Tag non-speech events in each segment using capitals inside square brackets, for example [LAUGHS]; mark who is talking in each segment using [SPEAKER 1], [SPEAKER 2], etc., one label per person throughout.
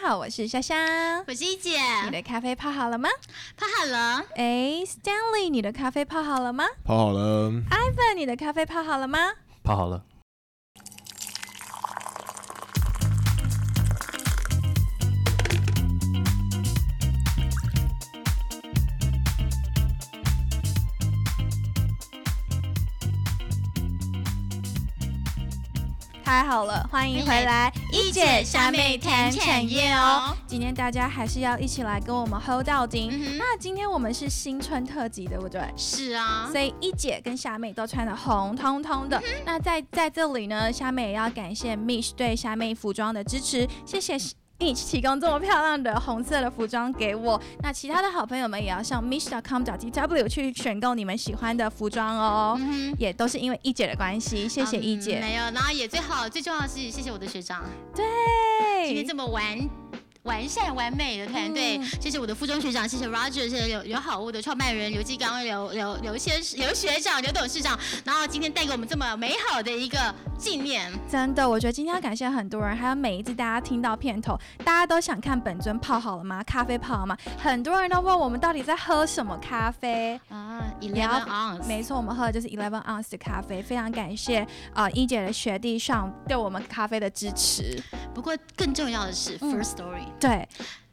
[SPEAKER 1] 好，我是莎莎。
[SPEAKER 2] 我是一姐，
[SPEAKER 1] 你的咖啡泡好了吗？
[SPEAKER 2] 怕好了，
[SPEAKER 1] 哎，Stanley，你的咖啡泡好了吗
[SPEAKER 3] 泡好了，
[SPEAKER 2] 啊
[SPEAKER 1] ？Ivan，你的咖啡泡好了吗？
[SPEAKER 4] 泡好了。
[SPEAKER 1] 太好了，欢迎回来，哦今天大家还是要一起来跟我们 hold 到底。
[SPEAKER 2] 嗯哼，
[SPEAKER 1] 那今天我们是新春特辑，对不对？
[SPEAKER 2] 是啊，嗯
[SPEAKER 1] 所以一姐跟虾妹都穿的红彤彤的。那在在这里呢，虾妹也要感谢 Mish 对虾妹服装的支持，谢谢 Mish 提供这么漂亮的红色的服装给我。那其他的好朋友们也要上 mish.com.tw 去选购你们喜欢的服装哦。
[SPEAKER 2] 嗯哼，
[SPEAKER 1] 也都是因为一姐的关系，谢谢一
[SPEAKER 2] 嗯
[SPEAKER 1] 姐。
[SPEAKER 2] 没有，然后也最好，最重要的是谢谢我的学长，今天
[SPEAKER 1] 对，
[SPEAKER 2] 嗯这么完完善完美的团队
[SPEAKER 1] 嗯，
[SPEAKER 2] 谢谢我的附中学长，谢谢 Roger，谢谢刘刘好物的创办人刘继刚、刘刘刘先刘学长、刘董事长，然后今天带给我们这么美好的一个纪念，
[SPEAKER 1] 真的，我觉得今天要感谢很多人，还有每一次大家听到片头，大家都想看本尊泡好了吗？咖啡泡好了吗？很多人都问我们到底在喝什么咖啡。
[SPEAKER 2] 啊
[SPEAKER 1] 11
[SPEAKER 2] ，eleven ounce，
[SPEAKER 1] 没错，我们喝的就是 Eleven Ounce 的咖啡，非常感谢呃一姐的学弟上对我们咖啡的支持。
[SPEAKER 2] 不过更重要的是
[SPEAKER 1] 嗯
[SPEAKER 2] First Story。
[SPEAKER 1] 对，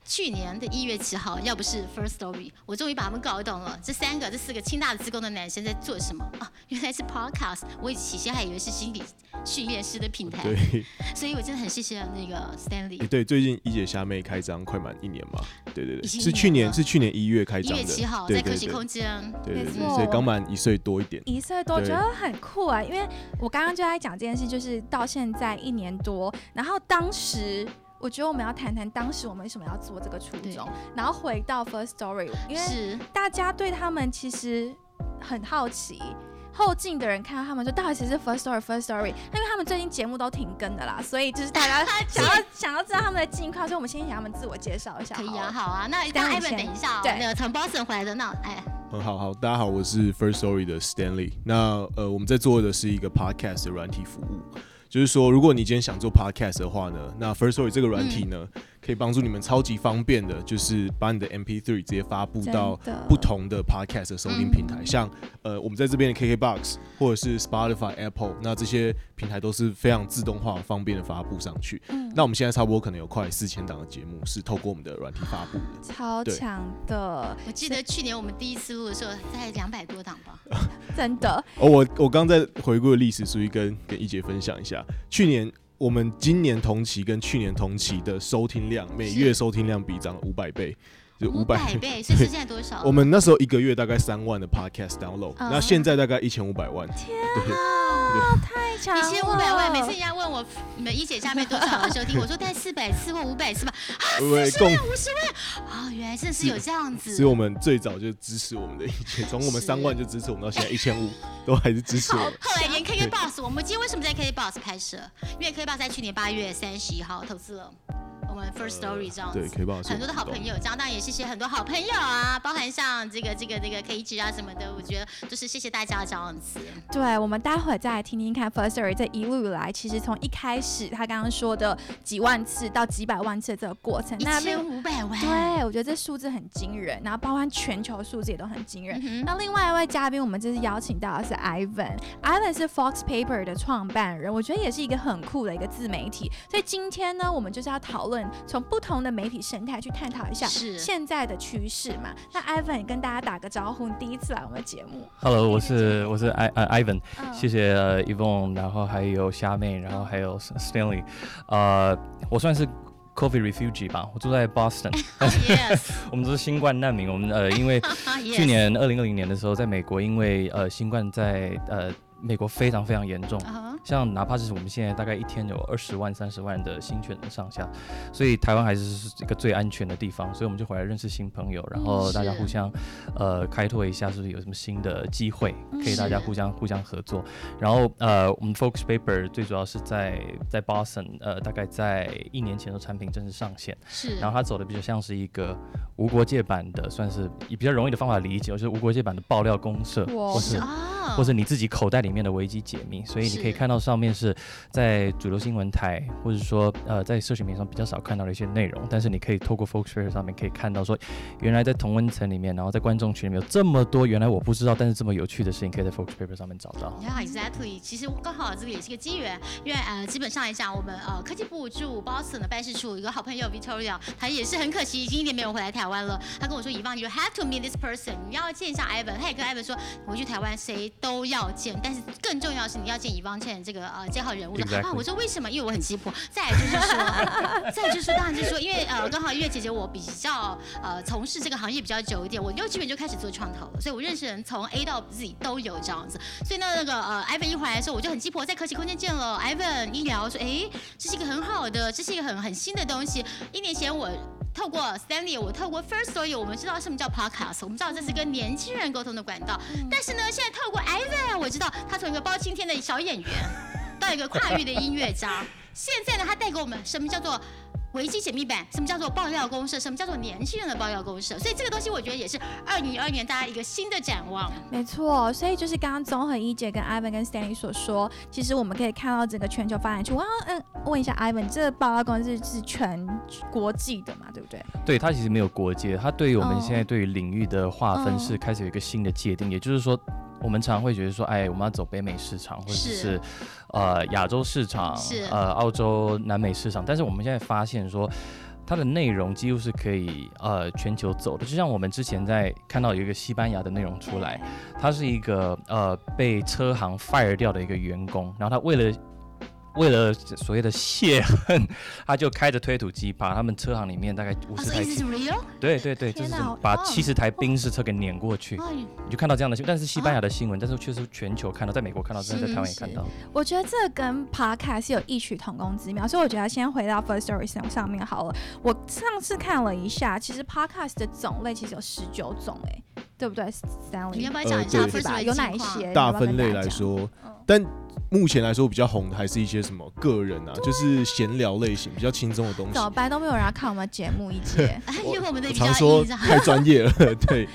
[SPEAKER 2] 去年的一月七号，要不是 First Story，我终于把他们搞懂了。这三个、这四个清大的职工的男生在做什么啊？原来是 Podcast，我起先还以为是心理训练师的平台，
[SPEAKER 3] 对 [LAUGHS]
[SPEAKER 2] 所以我真的很谢谢那个 Stanley。
[SPEAKER 3] 对，最近一姐虾妹开张快满一年嘛，对对
[SPEAKER 2] 已
[SPEAKER 3] 对，
[SPEAKER 2] 经
[SPEAKER 3] 是
[SPEAKER 2] 一
[SPEAKER 3] 去
[SPEAKER 2] 年
[SPEAKER 3] 年
[SPEAKER 2] 了
[SPEAKER 3] 是去年一月开
[SPEAKER 2] 一
[SPEAKER 3] 张
[SPEAKER 2] 月
[SPEAKER 3] 的，
[SPEAKER 2] 七号
[SPEAKER 3] 对
[SPEAKER 2] 在
[SPEAKER 3] 对
[SPEAKER 2] 可
[SPEAKER 3] 对
[SPEAKER 2] 惜空间，
[SPEAKER 3] 对对
[SPEAKER 1] 没
[SPEAKER 3] 对，
[SPEAKER 1] 错
[SPEAKER 3] 所以刚满一岁多一点，
[SPEAKER 1] 一岁多，我
[SPEAKER 3] 对
[SPEAKER 1] 觉得很酷啊，因为我刚刚就在讲这件事，就是到现在一年多，然后当时。我觉得我们要谈谈当时我们为什么要做这个初衷，然后回到 First Story，因为
[SPEAKER 2] 是
[SPEAKER 1] 大家对他们其实很好奇。后进的人看到他们说，到底谁是 First Story First Story？因为他们最近节目都停更的啦，所以就是大
[SPEAKER 2] [LAUGHS]
[SPEAKER 1] 家想要想要知道他们的近况，所以我们先请他们自我介绍一下好
[SPEAKER 2] 可
[SPEAKER 1] 了。
[SPEAKER 2] 以啊，好啊。那
[SPEAKER 1] 当
[SPEAKER 2] 让
[SPEAKER 1] 然
[SPEAKER 2] Ivan
[SPEAKER 1] 先
[SPEAKER 2] 等一下、哦，
[SPEAKER 1] 对
[SPEAKER 2] 那个从 Boston 回来的那哎，
[SPEAKER 3] 嗯，好好，大家好，我是 First Story 的 Stanley。那呃，我们在做的是一个 Podcast 的软体服务，就是说，如果你今天想做 Podcast 的话呢，那 First Story 这个软体呢，
[SPEAKER 1] 嗯
[SPEAKER 3] 可以帮助你们超级方便的，就是把你的 MP3 直接发布
[SPEAKER 1] 真
[SPEAKER 3] 到
[SPEAKER 1] 的嗯
[SPEAKER 3] 不同的 Podcast 的收听平台，像呃，我们在这边的 KKBox 或者是 Spotify、Apple，那这些平台都是非常自动化、方便的发布上去。
[SPEAKER 1] 嗯
[SPEAKER 3] 那我们现在差不多可能有快四千档的节目是透过我们的软体发布的。
[SPEAKER 1] 超
[SPEAKER 3] 对
[SPEAKER 1] 强的，
[SPEAKER 2] 我记得去年我们第一次录的时候，在两百多档吧。
[SPEAKER 1] 真的
[SPEAKER 3] 哦，我我刚在回顾历史数据，跟跟一姐分享一下，去年我们今年同期跟去年同期的收听量，每月收听量比涨了五百倍，就五百。
[SPEAKER 2] 500倍，所以是现在多少？
[SPEAKER 3] [LAUGHS] 我们那时候一个月大概三万的 podcast download，、
[SPEAKER 2] 嗯
[SPEAKER 1] 啊
[SPEAKER 3] 那现在大概一千五百万。
[SPEAKER 2] 啊，
[SPEAKER 1] 太强
[SPEAKER 2] 一
[SPEAKER 1] 了，
[SPEAKER 2] 千五百万，每次人家问我你们一姐下面多少的收听，我说大概四百次或五百次吧。
[SPEAKER 3] 对，共，
[SPEAKER 2] 哦，原来真的是有这样子。
[SPEAKER 3] 所以我们最早就支持我们的一姐，从我们
[SPEAKER 2] 是
[SPEAKER 3] 三万就支持我们到现在一千五，都还是支持我们。
[SPEAKER 2] 后来连 KKBOX，我们今天为什么在 KKBOX 拍摄？因为 KKBOX 在去年八月三十一号投资了我们
[SPEAKER 4] 呃
[SPEAKER 2] First Story 这样子。
[SPEAKER 3] 对，可以帮我
[SPEAKER 2] 很多的好朋友，这样当然也谢谢很多好朋友啊，包含像这个这个这个 K G 啊什么的，我觉得就是谢谢大家这样子。
[SPEAKER 1] 对，我们待会儿再来听听看 First Story 这一路以来，其实从一开始他刚刚说的几万次到几百万次的这个过程，
[SPEAKER 2] 一
[SPEAKER 1] 那
[SPEAKER 2] 千
[SPEAKER 1] 另
[SPEAKER 2] 五百万，
[SPEAKER 1] 对我觉得这数字很惊人，然后包含全球数字也都很惊人。
[SPEAKER 2] 嗯哼，
[SPEAKER 1] 那另外一位嘉宾，我们这次邀请到的是 Ivan，Ivan 是 Fox Paper 的创办人，我觉得也是一个很酷的一个自媒体。所以今天呢，我们就是要讨论从不同的媒体生态去探讨一下
[SPEAKER 2] 是
[SPEAKER 1] 现在的趋势嘛。那 Ivan 也跟大家打个招呼，你第一次来我们节目，
[SPEAKER 4] Hello，我是我是 I 呃 Ivan，
[SPEAKER 1] 嗯
[SPEAKER 4] 谢谢呃 Evon，然后还有虾妹，然后还有 Stanley，呃，我算是 COVID refugee 吧，我住在 Boston，
[SPEAKER 2] 哦
[SPEAKER 4] [LAUGHS]
[SPEAKER 2] yes，
[SPEAKER 4] 我们都是新冠难民，我们呃因为
[SPEAKER 2] 啊 [LAUGHS] yes，
[SPEAKER 4] 去年二零二零年的时候，在美国因为呃新冠在呃美国非常非常严重，
[SPEAKER 2] 啊
[SPEAKER 4] 像哪怕是我们现在大概一天有二十万、三十万的新确诊上下，所以台湾还是是一个最安全的地方，所以我们就回来认识新朋友，然后大家
[SPEAKER 2] 是
[SPEAKER 4] 互相呃开拓一下，是不是有什么新的机会
[SPEAKER 1] 嗯
[SPEAKER 4] 可以大家
[SPEAKER 2] 是
[SPEAKER 4] 互相互相合作？然后呃，我们 Focus Paper 最主要是在在 Boston，呃，大概在一年前的产品正式上线。
[SPEAKER 2] 是，
[SPEAKER 4] 然后它走的比较像是一个无国界版的，算是以比较容易的方法理解，就是无国界版的爆料公社，
[SPEAKER 1] 哇
[SPEAKER 4] 或是
[SPEAKER 2] 哦，
[SPEAKER 4] 或是你自己口袋里面的危机解密，所以你可以
[SPEAKER 2] 是
[SPEAKER 4] 看到到上面是在主流新闻台，或者说呃在社群媒体上比较少看到的一些内容，但是你可以透过 Folkshare 上面可以看到说，原来在同温层里面，然后在观众群里面有这么多原来我不知道但是这么有趣的事情，可以在 Folkshare 上面找到。
[SPEAKER 2] Yeah, exactly。其实刚好这个也是个机缘，因为呃，基本上来讲，我们呃科技部驻 Boston 的办事处有一个好朋友 Victoria，她也是很可惜已经一年没有回来台湾了。她跟我说，以往 you have to meet this person，你要见一下 Ivan。她也跟 Ivan 说，我去台湾谁都要见，但是更重要的是你要见以往 Chen 这个呃这号人物的。
[SPEAKER 4] Exactly
[SPEAKER 2] 啊，我说为什么？因为我很鸡婆。再来就是说，再来就是说，当然就是说，因为呃刚好月姐姐我比较呃从事这个行业比较久一点，我六七年就开始做创投了，所以我认识人从 A 到 Z 都有这样子。所以呢，那个呃，Ivan 一回来的时候，我就很鸡婆，在科技空间见了 Ivan，一聊说，诶，这是一个很好的，这是一个很很新的东西。一年前我透过 Stanley，我透过 First Story，我们知道什么叫 Podcast，我们知道这是跟年轻人沟通的管道。但是呢，现在透过 Ivan，我知道他从一个包青天的小演员，到一个跨域的音乐家。现在呢，他带给我们什么叫做维基解密版，什么叫做爆料公社，什么叫做年轻人的爆料公社。所以这个东西，我觉得也是二零二年大家一个新的展望。
[SPEAKER 1] 没错，所以就是刚刚综合一姐跟 Ivan 跟 Stanley 所说，其实我们可以看到整个全球发展趋势。我要嗯问一下 Ivan，这个报告公司是全国际的嘛，对不对？
[SPEAKER 4] 对，它其实没有国界，它对于我们
[SPEAKER 1] 哦
[SPEAKER 4] 现在对于领域的划分是
[SPEAKER 1] 嗯
[SPEAKER 4] 开始有一个新的界定，也就是说。我们常会觉得说，哎，我们要走北美市场，或者
[SPEAKER 2] 是
[SPEAKER 4] 是，呃，亚洲市场
[SPEAKER 2] 是，
[SPEAKER 4] 呃，澳洲、南美市场。但是我们现在发现说，它的内容几乎是可以呃全球走的。就像我们之前在看到有一个西班牙的内容出来，他是一个呃被车行 fire 掉的一个员工，然后他为了为了所谓的泄恨， [LAUGHS] 他就开着推土机把他们车行里面大概五
[SPEAKER 2] 他
[SPEAKER 4] 十
[SPEAKER 2] 说
[SPEAKER 4] 台
[SPEAKER 2] i
[SPEAKER 4] 汽
[SPEAKER 2] s real？
[SPEAKER 4] 对对对，就
[SPEAKER 1] 天
[SPEAKER 4] 是
[SPEAKER 1] 哪好
[SPEAKER 4] 把
[SPEAKER 1] 棒啊哦
[SPEAKER 4] 七十台宾士车给碾过去，
[SPEAKER 2] 哎呦
[SPEAKER 4] 你就看到这样的新闻。但是西
[SPEAKER 1] 啊
[SPEAKER 4] 班牙的新闻，但是确实全球看到，在美国看到，在在台湾也
[SPEAKER 2] 是
[SPEAKER 4] 看到。
[SPEAKER 1] 我觉得这跟 podcast 有异曲同工之妙，所以我觉得先回到 First Story 上上面好了。我上次看了一下，其实 podcast 的种类其实有十九种、欸，哎，对不对
[SPEAKER 2] 你
[SPEAKER 1] ，Stanley？
[SPEAKER 2] 要不要讲一下
[SPEAKER 3] 呃
[SPEAKER 2] First
[SPEAKER 3] 对
[SPEAKER 1] 是
[SPEAKER 2] Story
[SPEAKER 1] 吧？
[SPEAKER 2] 的
[SPEAKER 1] 有哪
[SPEAKER 2] 近
[SPEAKER 1] 一
[SPEAKER 2] 况？
[SPEAKER 1] 些？
[SPEAKER 3] 大
[SPEAKER 1] 你要不要跟
[SPEAKER 3] 分类
[SPEAKER 1] 大
[SPEAKER 3] 来
[SPEAKER 1] 家讲，
[SPEAKER 3] 说
[SPEAKER 1] 嗯，
[SPEAKER 3] 但目前来说比较红的还是一些什么个人啊，就是闲聊类型比较轻松的东西
[SPEAKER 1] 怎。么办？都没有人要看我们节目一节。
[SPEAKER 2] 哎 [LAUGHS] 因为我们的
[SPEAKER 3] 我
[SPEAKER 2] 比较
[SPEAKER 3] 常说
[SPEAKER 2] 硬，这样
[SPEAKER 3] 太专业了， [LAUGHS]
[SPEAKER 1] [LAUGHS]
[SPEAKER 3] 对。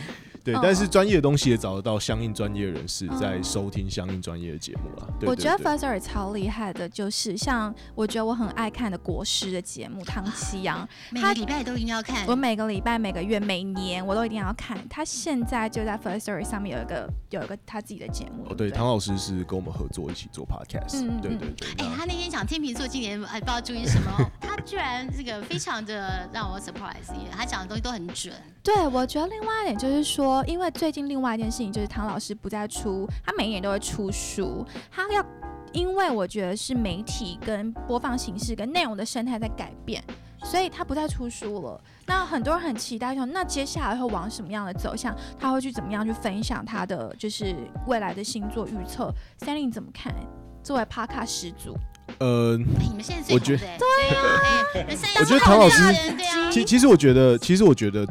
[SPEAKER 3] 对
[SPEAKER 1] 嗯，
[SPEAKER 3] 但是专业的东西也找得到相应专业人士在
[SPEAKER 1] 嗯
[SPEAKER 3] 收听相应专业的节目啦。对
[SPEAKER 1] 我
[SPEAKER 3] 对
[SPEAKER 1] 觉得
[SPEAKER 3] 对
[SPEAKER 1] First Story 超厉害的，就是像我觉得我很爱看的国师的节目《唐奇
[SPEAKER 3] 哦
[SPEAKER 1] 阳》，
[SPEAKER 2] 每个礼拜都一定要看
[SPEAKER 3] 哎
[SPEAKER 1] 我。每个礼拜、每个月、每年我都一定要看。他现在就在 First Story 上面有一个有一个他自己的节目。
[SPEAKER 3] 哦，
[SPEAKER 1] 对
[SPEAKER 3] 对，
[SPEAKER 1] 不对，
[SPEAKER 3] 唐老师是跟我们合作一起做 podcast，
[SPEAKER 1] 嗯嗯
[SPEAKER 3] 对
[SPEAKER 1] 嗯
[SPEAKER 3] 对对。
[SPEAKER 2] 哎，
[SPEAKER 3] 那
[SPEAKER 2] 他那天讲天秤座今年哎不知道注意什么，他居然这个非常的让我 surprise，因为他讲的东西都很准。
[SPEAKER 1] 对，我觉得另外一点就是说，因为最近另外一件事情就是唐老师不再出，他每一年都会出书，他要。因为我觉得是媒体跟播放形式跟内容的生态在改变，所以他不再出书了。那很多人很期待说，那接下来会往什么样的走向？他会去怎么样去分享他的就是未来的星座预测？Stanley 你怎么看？作为 Podcast 始祖，
[SPEAKER 3] 呃，
[SPEAKER 2] 哎，你们现在最
[SPEAKER 3] 我
[SPEAKER 2] 红
[SPEAKER 3] 觉
[SPEAKER 2] 的哎对啊，哎，人生
[SPEAKER 3] 我觉得
[SPEAKER 2] 要
[SPEAKER 3] 唐
[SPEAKER 2] 靠
[SPEAKER 3] 老
[SPEAKER 2] 这样
[SPEAKER 3] 师
[SPEAKER 2] 人对啊，
[SPEAKER 3] 其其实我觉得，其实我觉得，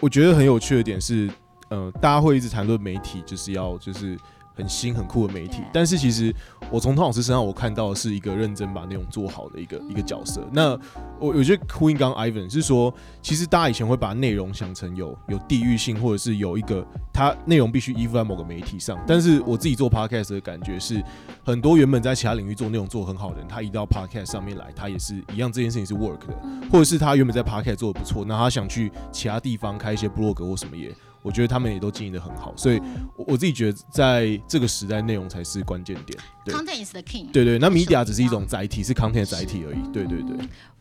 [SPEAKER 3] 我觉得很有趣的点是，呃，大家会一直谈论媒体，就是要就是很新很酷的媒体
[SPEAKER 1] 对，
[SPEAKER 3] 但是其实我从汤老师身上我看到的是一个认真把内容做好的一个、
[SPEAKER 1] 嗯
[SPEAKER 3] 一个角色。那我我觉得呼应刚刚 Ivan 是说，其实大家以前会把内容想成有有地域性，或者是有一个它内容必须依附在某个媒体上，但是我自己做 podcast 的感觉是，很多原本在其他领域做内容做得很好的人，他移到 podcast 上面来，他也是一样，这件事情是 work 的。或者是他原本在 Parket 做的不错，那他想去其他地方开一些部落格或什么也，我觉得他们也都经营的很好，所以我我自己觉得在这个时代内容才是关键点。对
[SPEAKER 2] content is the king。
[SPEAKER 3] 对对，那
[SPEAKER 2] 是
[SPEAKER 3] media
[SPEAKER 2] 不
[SPEAKER 3] 只是
[SPEAKER 2] 一
[SPEAKER 3] 一
[SPEAKER 2] 样
[SPEAKER 3] 种载体，是 content 的载体而已。对对对，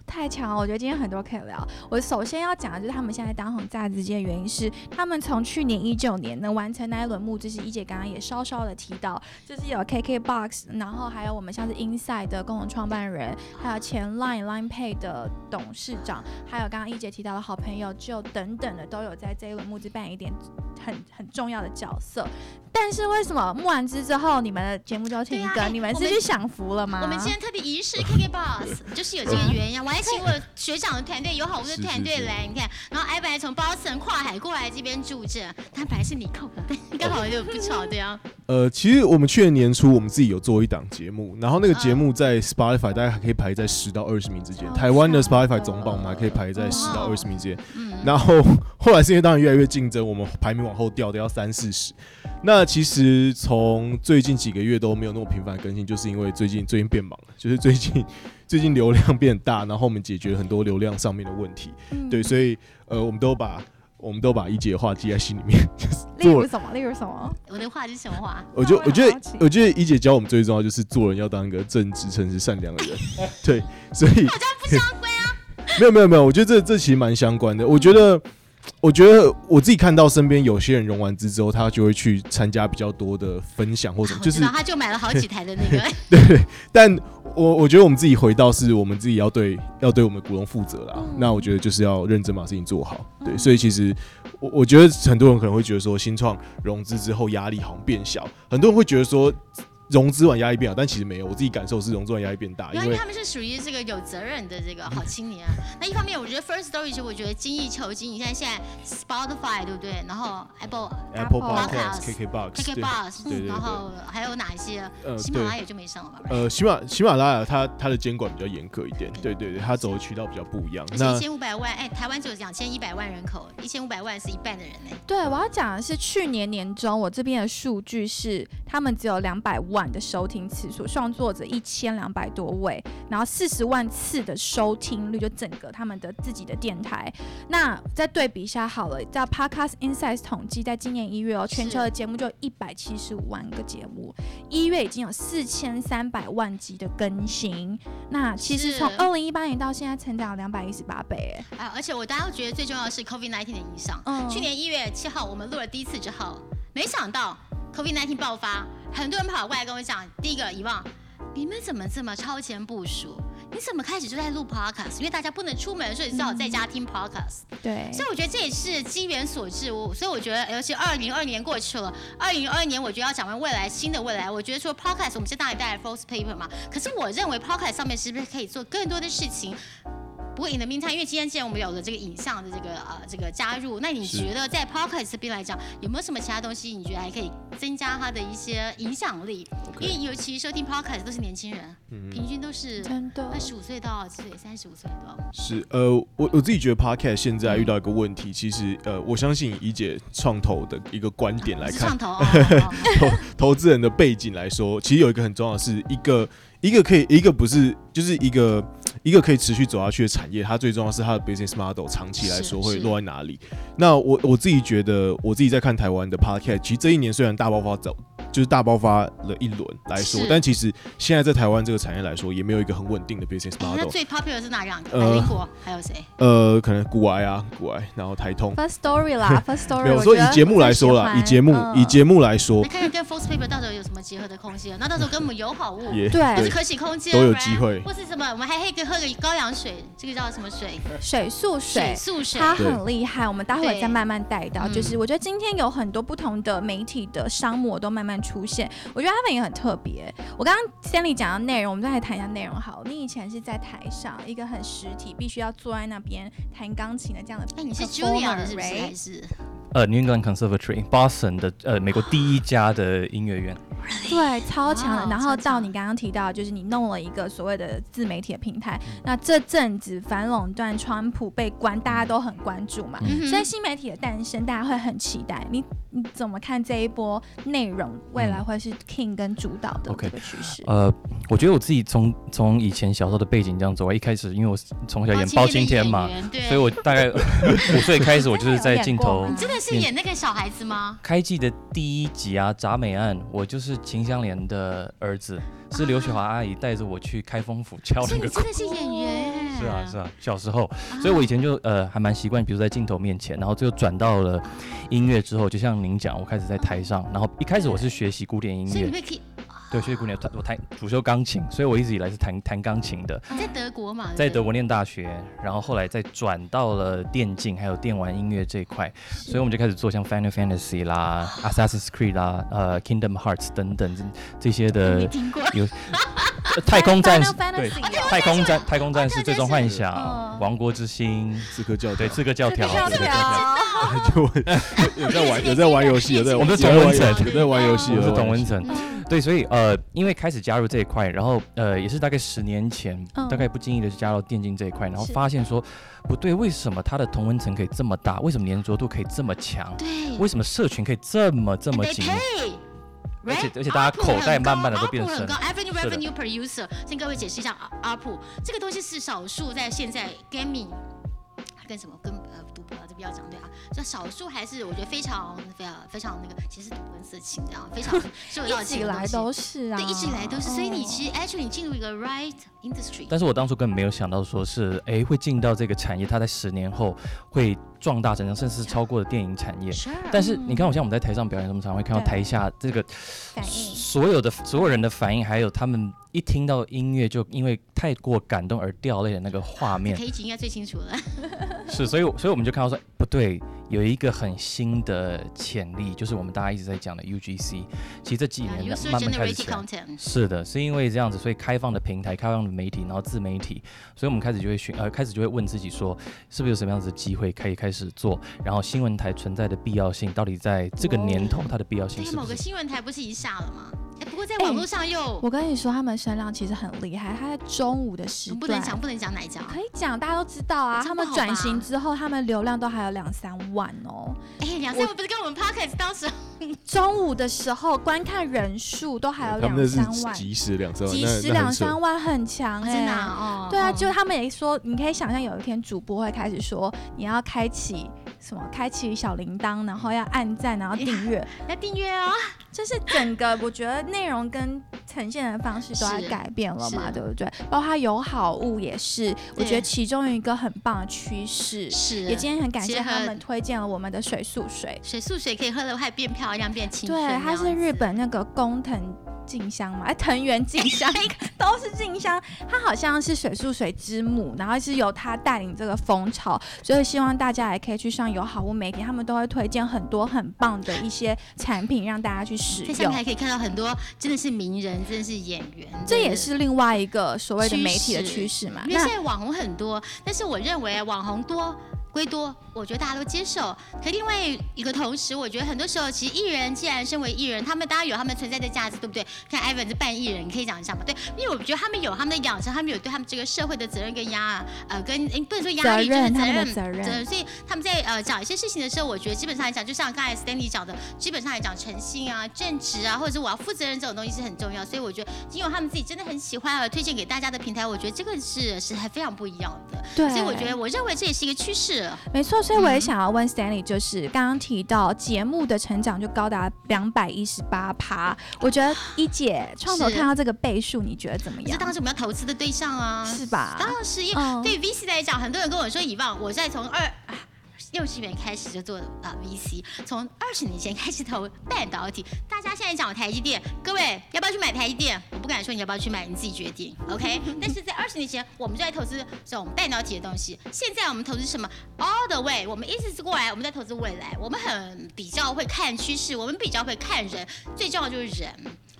[SPEAKER 1] 太强了，我觉得今天很多可以聊。我首先要讲的就是他们现在当红炸子鸡的原因是，他们从去年一九年能完成那一轮募资，是一姐刚刚也稍稍的提到，就是有 KKBOX，然后还有我们像是 Inside 的共同创办人，还有前 Line Line Pay 的董事长，还有刚刚一姐提到的好朋友就等等的，都有在这一轮募资扮演一点很很重要的角色。但是为什么募完资之后，你们的节目就停
[SPEAKER 2] 对
[SPEAKER 1] 更？
[SPEAKER 2] 啊哎
[SPEAKER 1] 你们
[SPEAKER 2] 我
[SPEAKER 1] 是
[SPEAKER 2] 们
[SPEAKER 1] 去享福了吗？
[SPEAKER 2] 我们今天特别仪式 KK
[SPEAKER 3] [LAUGHS]
[SPEAKER 2] Boss，就是有这个原因啊。我还请我学长的团队、友好屋的
[SPEAKER 3] 是
[SPEAKER 2] 团
[SPEAKER 3] 是
[SPEAKER 2] 队
[SPEAKER 3] [LAUGHS] 是
[SPEAKER 2] 来，你看，然后艾本还从 Boston 跨海过来这边住着，他本来是你扣的， [LAUGHS] 但刚好就不巧，对啊。
[SPEAKER 3] 呃，其实我们去年年初我们自己有做一档节目，然后那个节目在 Spotify 大概还可以排在十到二十名之间
[SPEAKER 1] 超，
[SPEAKER 3] 台湾的
[SPEAKER 1] 强
[SPEAKER 3] Spotify
[SPEAKER 1] 的
[SPEAKER 3] 总榜我们还可以排在十到
[SPEAKER 2] 哇
[SPEAKER 3] 二十名之间，
[SPEAKER 2] 嗯，
[SPEAKER 3] 然后后来是因为当然越来越竞争，我们排名往后掉，掉到三四十。那其实从最近几个月都没有那么频繁更新，就是因为最近最近变忙了，就是最近 [LAUGHS] 最近流量变大，然后我们解决了很多流量上面的问题，
[SPEAKER 1] 嗯
[SPEAKER 3] 对，所以呃，我们都把我们都把一姐的话记在心里面，就是
[SPEAKER 1] 例
[SPEAKER 3] 做
[SPEAKER 1] 如什么？例如什么？
[SPEAKER 2] 我的话是什么话？
[SPEAKER 3] 我觉
[SPEAKER 1] 那我
[SPEAKER 3] 得，我觉
[SPEAKER 1] 好
[SPEAKER 3] 得
[SPEAKER 1] 奇，
[SPEAKER 3] 我觉得一姐教我们最重要就是做人要当一个正直、诚实、善良的人。对，所以好像不相关啊。 [LAUGHS] 没有没有没有，我觉得这这其实蛮相关的。我觉得，我觉得我自己看到身边有些人融完资之后，他就会去参加比较多的分享或什么，
[SPEAKER 2] 我哦
[SPEAKER 3] 就
[SPEAKER 2] 知
[SPEAKER 3] 是啊
[SPEAKER 2] 道，他就买了好几台的那
[SPEAKER 3] [LAUGHS]
[SPEAKER 2] 个，
[SPEAKER 3] 但我我觉得我们自己回到是我们自己要对要对我们的股东负责啦。
[SPEAKER 2] 嗯
[SPEAKER 3] 那我觉得就是要认真把事情做好。对，所以其实我我觉得很多人可能会觉得说新创融资之后压力好像变小，很多人会觉得说融资完压力变小，但其实没有。我自己感受是融资完压力变大，
[SPEAKER 2] 因
[SPEAKER 3] 因
[SPEAKER 2] 为
[SPEAKER 3] 为
[SPEAKER 2] 他们是属于这个有责任的这个好青
[SPEAKER 3] [LAUGHS]
[SPEAKER 2] 年啊。那一方面，我觉得 First Story 其实我觉得精益求精。你看现在 Spotify 对不对？然后 Apple、
[SPEAKER 3] Apple
[SPEAKER 2] Podcast
[SPEAKER 3] Podcast、KKBox 对
[SPEAKER 2] KKBox，
[SPEAKER 3] 对对
[SPEAKER 2] 然后还有哪一些？
[SPEAKER 3] 呃
[SPEAKER 2] 喜马
[SPEAKER 3] 对
[SPEAKER 2] 拉雅就没上了吧？
[SPEAKER 3] 呃喜马喜马拉雅它它的监管比较严格一点，对对对，它走的渠道比较不一样。
[SPEAKER 2] 而且
[SPEAKER 3] 那
[SPEAKER 2] 一千五百万，哎，台湾只有两千一百万人口，一千五百万是一半的人呢。
[SPEAKER 1] 对，我要讲的是去年年中我这边的数据是，他们只有两百万的收听次数，创作者一千两百多位，然后四十万次的收听率，就整个他们的自己的电台。那再对比一下好了，在 Podcast Insights 统计，在今年一月哦，全球的节目就一百七十五万个节目，一月已经有四千三百万集的更新。那其实
[SPEAKER 2] 是
[SPEAKER 1] 从二零一八年到现在，成长两百一十八倍，哎，
[SPEAKER 2] 啊，而且我当然觉得最重要的是 COVID 19的影响。
[SPEAKER 1] 嗯
[SPEAKER 2] 去年一月七号我们录了第一次之后，没想到 COVID 19爆发，很多人跑过来跟我讲，第一个遗忘，你们怎么这么超前部署？你怎么开始就在录 podcast？因为大家不能出门，所以只好在家听 podcast。
[SPEAKER 1] 对，
[SPEAKER 2] 所以我觉得这也是机缘所致。我所以我觉得，尤其二零二年过去了，二零二年我觉得要展望未来新的未来。我觉得说 podcast 我们是大一代的 first paper 嘛，可是我认为 podcast 上面是不是可以做更多的事情？不过 in the meantime，因为今天既然我们有了这个影像的这个呃这个加入，那你
[SPEAKER 3] 是
[SPEAKER 2] 觉得在 podcast 这边来讲，有没有什么其他东西你觉得还可以增加它的一些影响力
[SPEAKER 3] OK
[SPEAKER 2] 因为尤其收听 podcast 都是年轻人，
[SPEAKER 3] 嗯
[SPEAKER 2] 平均都是
[SPEAKER 1] 真的
[SPEAKER 2] 二十五岁到几岁，三十五岁到。
[SPEAKER 3] 是，呃，我我自己觉得 podcast 现在遇到一个问题，其实，呃，我相信以姐创投的一个观点来
[SPEAKER 2] 是
[SPEAKER 3] 看
[SPEAKER 2] 上，
[SPEAKER 3] [LAUGHS]
[SPEAKER 2] 头哦哦哦
[SPEAKER 3] 投投资人的背景来说，其实有一个很重要的是一个一个可以一个不是就是一个一个可以持续走下去的产业，它最重要是它的 business model 长期来说
[SPEAKER 2] 是
[SPEAKER 3] 会
[SPEAKER 2] 是
[SPEAKER 3] 落在哪里。那我我自己觉得，我自己在看台湾的 podcast，其实这一年虽然大爆发走。就是大爆发了一轮来说
[SPEAKER 2] 是，
[SPEAKER 3] 但其实现在在台湾这个产业来说，也没有一个很稳定的 business
[SPEAKER 2] 哎
[SPEAKER 3] model
[SPEAKER 2] 那。最 popular 的是哪两个？
[SPEAKER 3] 呃
[SPEAKER 2] 百灵果还有谁？
[SPEAKER 3] 呃，可能古癌啊，古癌，然后台通，
[SPEAKER 1] First Story
[SPEAKER 3] [LAUGHS]
[SPEAKER 1] 啦，First Story
[SPEAKER 3] 没有
[SPEAKER 1] 我
[SPEAKER 3] 说
[SPEAKER 1] 觉
[SPEAKER 3] 以
[SPEAKER 1] 得
[SPEAKER 3] 节目
[SPEAKER 1] 最
[SPEAKER 3] 来说
[SPEAKER 1] 喜
[SPEAKER 3] 啦，以
[SPEAKER 1] 欢
[SPEAKER 3] 节目以
[SPEAKER 1] 嗯
[SPEAKER 3] 节目来说
[SPEAKER 2] 那，看看跟 Force Paper 到时候有什么结合的空间？那到时候跟我们友好物，
[SPEAKER 3] 也
[SPEAKER 1] 哎对
[SPEAKER 2] 或是可喜空间
[SPEAKER 3] 都有
[SPEAKER 2] 不然
[SPEAKER 3] 机会
[SPEAKER 2] 或是什么？我们还可以喝个高粱水，这个叫什么水？
[SPEAKER 1] 水素水。
[SPEAKER 2] 素水。
[SPEAKER 1] 它
[SPEAKER 3] 对
[SPEAKER 1] 很厉害，我们待会儿
[SPEAKER 2] 对
[SPEAKER 1] 再慢慢带到。
[SPEAKER 2] 嗯
[SPEAKER 1] 就是我觉得今天有很多不同的媒体的商模都慢慢出现，我觉得他们也很特别。我刚刚 Stanley 讲到内容，我们再来谈一下内容好了。你以前是在台上一个很实体，必须要坐在那边弹钢琴的这样的 performer，right，
[SPEAKER 2] 哎，你是 Julia 的是不是？还是
[SPEAKER 4] 呃，New England Conservatory Boston 的呃美国第一家的音
[SPEAKER 1] [LAUGHS]
[SPEAKER 4] 乐院，
[SPEAKER 1] 对，超强的。
[SPEAKER 2] 哇
[SPEAKER 1] 然后
[SPEAKER 2] 超强
[SPEAKER 1] 到你刚刚提到，就是你弄了一个所谓的自媒体的平台。
[SPEAKER 4] 嗯
[SPEAKER 1] 那这阵子反垄断，川普被关，大家都很关注嘛。
[SPEAKER 2] 嗯哼
[SPEAKER 1] 所以新媒体的诞生，大家会很期待。你你怎么看这一波内容未来会是 King 跟主导的
[SPEAKER 4] 嗯 OK，
[SPEAKER 1] 这个趋势？
[SPEAKER 4] 呃，我觉得我自己从从以前小时候的背景这样走啊，一开始因为我从小演包青天嘛，，
[SPEAKER 2] 哦今的演员对，
[SPEAKER 4] 所以我大
[SPEAKER 1] [LAUGHS]
[SPEAKER 4] 概五岁开始，我就是在
[SPEAKER 1] 真的有演
[SPEAKER 4] 镜
[SPEAKER 1] 过
[SPEAKER 4] 头
[SPEAKER 1] 吗
[SPEAKER 2] 真的是演那个小孩子吗？
[SPEAKER 4] 开季的第一集啊，《铡美案》，我就是秦香莲的儿子，是刘雪华阿姨带着我去开封府敲
[SPEAKER 2] 所以
[SPEAKER 4] 那
[SPEAKER 2] 你
[SPEAKER 4] 个
[SPEAKER 2] 真的是演员。
[SPEAKER 4] 是啊是啊，小时候，所以我以前就呃还蛮习惯，比如在镜头面前，然后就转到了音乐之后，就像您讲，我开始在台上，然后一开始我是学习古典音
[SPEAKER 2] 所以
[SPEAKER 4] 乐
[SPEAKER 2] 你，会可以
[SPEAKER 4] 对，学习古典，我弹主修钢琴，所以我一直以来是弹弹钢琴的，
[SPEAKER 2] 在德国嘛？
[SPEAKER 4] 在德
[SPEAKER 2] 国。
[SPEAKER 4] 国念大学，然后后来再转到了电竞还有电玩音乐这一块，所以我们就开始做像 Final Fantasy 啦、Assassin's Creed 啦、呃 Kingdom Hearts 等等这这些
[SPEAKER 2] 没
[SPEAKER 4] 的
[SPEAKER 2] 听过，
[SPEAKER 4] 有呃 [LAUGHS] 太空战士
[SPEAKER 1] Final，Fantasy
[SPEAKER 4] 对
[SPEAKER 1] 啊，
[SPEAKER 4] 太空战太空战士、哦最终幻想
[SPEAKER 1] 嗯、
[SPEAKER 4] 王国之心，
[SPEAKER 3] 刺客教条
[SPEAKER 4] 对刺客教条，
[SPEAKER 1] 这个
[SPEAKER 4] 对对
[SPEAKER 1] 要
[SPEAKER 4] 对
[SPEAKER 1] 聊
[SPEAKER 3] [LAUGHS] 就有在玩有在玩游戏，有在
[SPEAKER 4] 我们是
[SPEAKER 3] 有在玩
[SPEAKER 4] 同温层
[SPEAKER 3] 有在玩游戏，
[SPEAKER 4] 我
[SPEAKER 3] 有
[SPEAKER 4] 们
[SPEAKER 3] 在玩
[SPEAKER 4] 是
[SPEAKER 1] 嗯
[SPEAKER 4] 董
[SPEAKER 3] 游
[SPEAKER 4] 文
[SPEAKER 3] 戏
[SPEAKER 4] 成，对，所以呃，因为开始加入这一块，然后呃，也是大概十年前，
[SPEAKER 1] 嗯
[SPEAKER 4] 大概不经意的就加入电竞这一块，然后
[SPEAKER 1] 是
[SPEAKER 4] 发现说不对，为什么它的同温层可以这么大？为什么粘着度可以这么强？
[SPEAKER 2] 对，哎
[SPEAKER 4] 为什么社群可以这么这么
[SPEAKER 2] they
[SPEAKER 4] 紧
[SPEAKER 2] pay，
[SPEAKER 4] 而
[SPEAKER 2] right？
[SPEAKER 4] 且而且大家口袋慢慢地都
[SPEAKER 2] ARPU
[SPEAKER 4] 变深
[SPEAKER 2] 哎很高
[SPEAKER 4] 了
[SPEAKER 2] ，Average
[SPEAKER 4] 是的
[SPEAKER 2] Revenue Per User，先各位解释一下 ARPU 这个东西是少数在现在 Gaming 跟什么跟呃赌博啊这不要讲对啊，这少数还是我觉得非常非常非常那个，其实赌博跟色情这样非
[SPEAKER 4] [LAUGHS]
[SPEAKER 2] 常受到
[SPEAKER 1] 一直以来都是啊，
[SPEAKER 2] 对一直以来都是，所以
[SPEAKER 4] 哦
[SPEAKER 2] 你其
[SPEAKER 1] 实
[SPEAKER 2] 实 actually 你进入一个 right industry，
[SPEAKER 4] 但是我当初根本没有想到，说是诶会进到这个产业，它在十年后会壮大成长，甚至是超过了电影产业。
[SPEAKER 2] 是啊嗯
[SPEAKER 4] 但是你看，
[SPEAKER 1] 嗯
[SPEAKER 4] 我像我们在台上表演，我们常会看到
[SPEAKER 1] 对
[SPEAKER 4] 台下这个
[SPEAKER 1] 反应
[SPEAKER 4] 所有的所有人的反应，还有他们一听到音乐就因为太过感动而掉泪的那个画面
[SPEAKER 2] 可，以应该最清楚了。
[SPEAKER 4] 是，所以我所以我们就看到说，不对，有一个很新的潜力，就是我们大家一直在讲的 UGC，其实这几
[SPEAKER 2] Yeah,
[SPEAKER 4] 年
[SPEAKER 2] user
[SPEAKER 4] 慢慢开始起
[SPEAKER 2] generated
[SPEAKER 4] 来。
[SPEAKER 2] content，
[SPEAKER 4] 是的，是因为这样子，所以开放的平台、开放的媒体，然后自媒体，所以我们开始就会选呃，开始就会问自己说，是不是有什么样子的机会可以开始做？然后新闻台存在的必要性，到底在这个年头它的必要性
[SPEAKER 2] 哦对，
[SPEAKER 4] 是不
[SPEAKER 2] 某个
[SPEAKER 4] 是？
[SPEAKER 2] 新闻台不是一下了吗？哎，不过在
[SPEAKER 1] 哎
[SPEAKER 2] 网络上又
[SPEAKER 1] 我跟你说，他们声量其实很厉害，他在中午的时段
[SPEAKER 2] 不能讲，不能讲哪一家啊
[SPEAKER 1] 可？以讲，大家都知道啊。
[SPEAKER 2] 这
[SPEAKER 1] 他
[SPEAKER 2] 样不
[SPEAKER 1] 们
[SPEAKER 2] 好吧
[SPEAKER 1] 转型之后，他们流量都还有两三万哦。
[SPEAKER 2] 哎，梁
[SPEAKER 1] 我
[SPEAKER 2] 三，我不是跟我们 podcast 当时
[SPEAKER 1] 中午的时候，观看人数都还有
[SPEAKER 3] 他们那
[SPEAKER 1] 两
[SPEAKER 3] 是
[SPEAKER 1] 三万，
[SPEAKER 3] 即时两三万，
[SPEAKER 1] 即
[SPEAKER 3] 那
[SPEAKER 1] 时两三万很强哎、
[SPEAKER 2] 真的啊哦，
[SPEAKER 1] 对啊，
[SPEAKER 2] 哦
[SPEAKER 1] 就他们也说，你可以想象有一天主播会开始说，你要开启什么，开启小铃铛，然后要按赞，然后订阅，
[SPEAKER 2] 要订阅哦。
[SPEAKER 1] 就是整个我觉得内容跟呈现的方式都在
[SPEAKER 2] 是
[SPEAKER 1] 改变了嘛，
[SPEAKER 2] 是
[SPEAKER 1] 对不对？包括它有好物也是，我觉得其中一个很棒的趋势。
[SPEAKER 2] 是
[SPEAKER 1] 也今天很感谢
[SPEAKER 2] 结合
[SPEAKER 1] 他们推荐了我们的水素水，
[SPEAKER 2] 水素水可以喝了，还变漂亮，变青春。
[SPEAKER 1] 对，它
[SPEAKER 2] 这
[SPEAKER 1] 是
[SPEAKER 2] 样子
[SPEAKER 1] 日。本那个工藤静香嘛，哎，藤原静
[SPEAKER 2] [LAUGHS]
[SPEAKER 1] 香都是静香，它好像是水素水之母，然后是由它带领这个风潮，所以希望大家也可以去上有好物媒体，他们都会推荐很多很棒的一些产品让大家去使
[SPEAKER 2] 在上面
[SPEAKER 1] 用。
[SPEAKER 2] 还可以看到很多真的是名人，真的是演员，
[SPEAKER 1] 这
[SPEAKER 2] 真的
[SPEAKER 1] 也是另外一个所谓的媒体的趋
[SPEAKER 2] 趋
[SPEAKER 1] 势嘛。
[SPEAKER 2] 因为
[SPEAKER 1] 那
[SPEAKER 2] 现在网红很多，但是我认为网红多归多，我觉得大家都接受。可另外一个同时，我觉得很多时候其实艺人既然身为艺人，他们当然有他们存在的价值，对不对？看 Ivan 是半艺人，你可以讲一下嘛？对，因为我觉得他们有他们的养成，他们有对他们这个社会的责任跟压，呃，跟诶不能说压力，
[SPEAKER 1] 责任
[SPEAKER 2] 就是
[SPEAKER 1] 他
[SPEAKER 2] 责
[SPEAKER 1] 们
[SPEAKER 2] 任
[SPEAKER 1] 的责任
[SPEAKER 2] 对，所以他们在呃讲一些事情的时候，我觉得基本上来讲，就像刚才 Stanley 讲的，基本上来讲，诚信啊、正直啊，或者是我要负责任这种东西是很重要。所以我觉得，因为他们自己真的很喜欢而推荐给大家的平台，我觉得这个是是还非常不一样的。
[SPEAKER 1] 对，
[SPEAKER 2] 所以我觉得，我认为这也是一个趋势。
[SPEAKER 1] 没错，所以我也
[SPEAKER 2] 嗯
[SPEAKER 1] 想要问 Stanley，就是刚刚提到节目的成长就高达两百一十八趴，我觉得一姐创投
[SPEAKER 2] 是
[SPEAKER 1] 看到这个倍数，你觉得怎么
[SPEAKER 2] 这
[SPEAKER 1] 样？
[SPEAKER 2] 当时我们要投资的对象啊，
[SPEAKER 1] 是吧？
[SPEAKER 2] 当然是因为
[SPEAKER 1] 嗯，
[SPEAKER 2] 对 VC 来讲，很多人跟我说以往我在从二啊六十元开始就做啊 VC，从二十年前开始投半导体。大家现在讲台积电，各位要不要去买台积电？我不敢说你要不要去买，你自己决定，OK？但是在二十年前，我们就在投资这种半导体的东西。现在我们投资什么？All the way，我们一直是过来，我们在投资未来。我们很比较会看趋势，我们比较会看人，最重要就是人。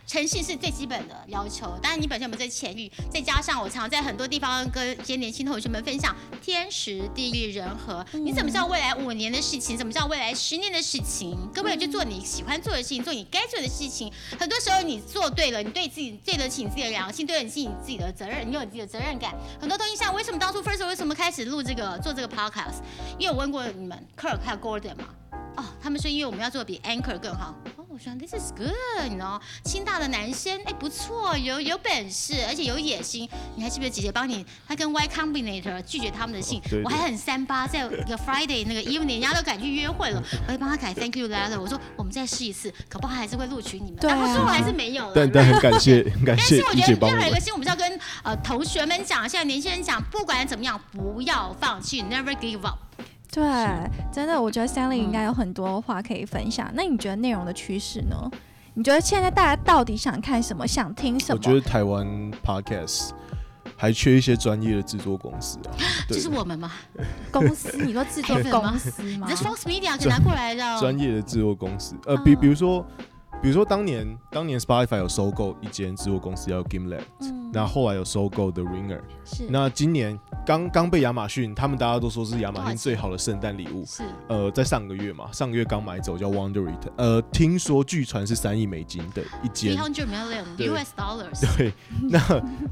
[SPEAKER 2] 诚信是最基本的要求，当然你本身有没有这潜力，再加上我常在很多地方跟一些年轻同学们分享，天时地利人和，你怎么知道未来五年的事情？怎么知道未来十年的事情？各位就做你喜欢做的事情，做你该做的事情。很多时候你做对了，你对自己对得起你自己的良心，对得起你自己的责任，你有你自己的责任感。很多东西像为什么当初 First 为什么开始录这个做这个 podcast，因为我问过你们 Kirk 还有 Gordon 嘛，哦，他们说因为我们要做的比 Anchor 更好。哦，我说 This is good，你知道，清大的男生，哎，不错，有有本事，而且有野心。你还记不记得姐姐帮你？她跟 Y Combinator 拒绝他们的信，
[SPEAKER 3] 哦对对
[SPEAKER 2] 我还很三八，在一个 Friday 那个 evening，人家都敢去约会了，我还帮他改 Thank you letter。我说我们再试一次，搞不好还是会录取你们。
[SPEAKER 1] 对啊
[SPEAKER 2] 但他最后还是没有了。
[SPEAKER 3] 但但很感
[SPEAKER 1] [LAUGHS]
[SPEAKER 3] 谢，很感
[SPEAKER 2] 但
[SPEAKER 3] 谢
[SPEAKER 2] 是我
[SPEAKER 3] 一
[SPEAKER 2] 觉
[SPEAKER 3] 姐
[SPEAKER 2] 得
[SPEAKER 3] 帮我
[SPEAKER 2] 任何一
[SPEAKER 3] 们
[SPEAKER 2] 个。心，我们是要跟呃同学们讲，现在年轻人讲，不管怎么样，不要放弃，never give up。
[SPEAKER 1] 对，真的，我觉得 Stanley 应该有很多话可以分享。那你觉得内容的趋势呢？你觉得现在大家到底想看什么，想听什
[SPEAKER 3] 我
[SPEAKER 1] 么？
[SPEAKER 3] 觉得台湾 podcast 还缺一些专业的制作公司啊，对
[SPEAKER 2] 就是我们嘛，
[SPEAKER 1] 公司，你说制作
[SPEAKER 2] Kevin 吗
[SPEAKER 1] 公司吗
[SPEAKER 2] [LAUGHS] 你这？Fox Media 给拿过来的哦。
[SPEAKER 3] 专业的制作公司，呃，比
[SPEAKER 1] 嗯
[SPEAKER 3] 比如说，比如说当年当年 Spotify 有收购一间制作公司叫 Game Lab，
[SPEAKER 1] 嗯
[SPEAKER 3] 那后来有收购 The Ringer。
[SPEAKER 1] 是
[SPEAKER 2] 嗯
[SPEAKER 3] 那今年刚刚被亚马逊，他们大家都说是亚马逊最好的圣诞礼物。
[SPEAKER 2] 是
[SPEAKER 3] 呃，在上个月嘛，上个月刚买走叫 Wonder It，呃，听说据传是三亿美金的一
[SPEAKER 2] three
[SPEAKER 3] 间。
[SPEAKER 2] hundred million
[SPEAKER 3] 对
[SPEAKER 2] US dollars，
[SPEAKER 3] 对，那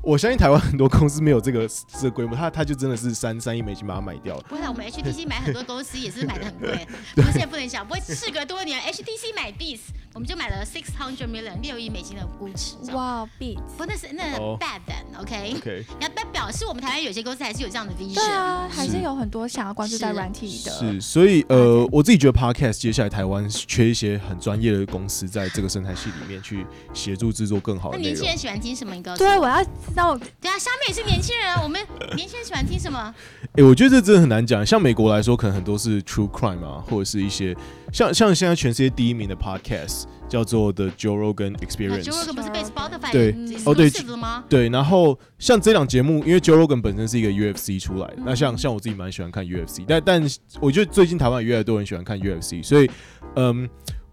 [SPEAKER 3] 我相信台湾很多公司没有这个这个规模，他他就真的是三三亿美金把它买掉了。
[SPEAKER 2] 不然我们 HTC 买很多公司也是买的很
[SPEAKER 3] [LAUGHS]
[SPEAKER 2] 贵，我们现在不能讲。不过事隔多年，HTC 买 Beats，我们就买了 six hundred million 六亿美金的估值。哇！
[SPEAKER 1] 哇，beats，
[SPEAKER 2] 不，那是那
[SPEAKER 3] 哦
[SPEAKER 2] bad then，OK？、
[SPEAKER 3] OK，
[SPEAKER 2] 那那表示我们台湾有些公司还是有这样的 vision。
[SPEAKER 1] 对啊，还是有很多想要关注在
[SPEAKER 2] [LAUGHS] 是
[SPEAKER 1] 软体的，
[SPEAKER 3] 是，所以呃，我自己觉得 Podcast 接下来台湾缺一些很专业的公司在这个生态系里面去协助制作更好
[SPEAKER 2] 那
[SPEAKER 3] 的内
[SPEAKER 2] 年轻
[SPEAKER 3] 容。
[SPEAKER 2] 人喜欢听什么？你告诉我。
[SPEAKER 1] 对，我啊要知道
[SPEAKER 2] 对啊，下面也是年轻人啊。我们年轻人喜欢听什么？
[SPEAKER 3] 诶，我觉得这真的很难讲。像美国来说，可能很多是 True Crime 啊，或者是一些像像现在全世界第一名的 Podcast 叫做 The Joe Rogan
[SPEAKER 2] 那
[SPEAKER 3] Experience。
[SPEAKER 2] Joe Rogan 不是被 Spotify
[SPEAKER 3] 对哦对
[SPEAKER 2] exclusive 了吗？
[SPEAKER 3] 对，然后像这档节目，因为 Joe Rogan 本身是一个 UFC 出
[SPEAKER 2] 嗯
[SPEAKER 3] 来的，那像像我自己蛮喜欢看 UFC，但但我觉得最近台湾也越来越多人喜欢看 UFC，所以嗯，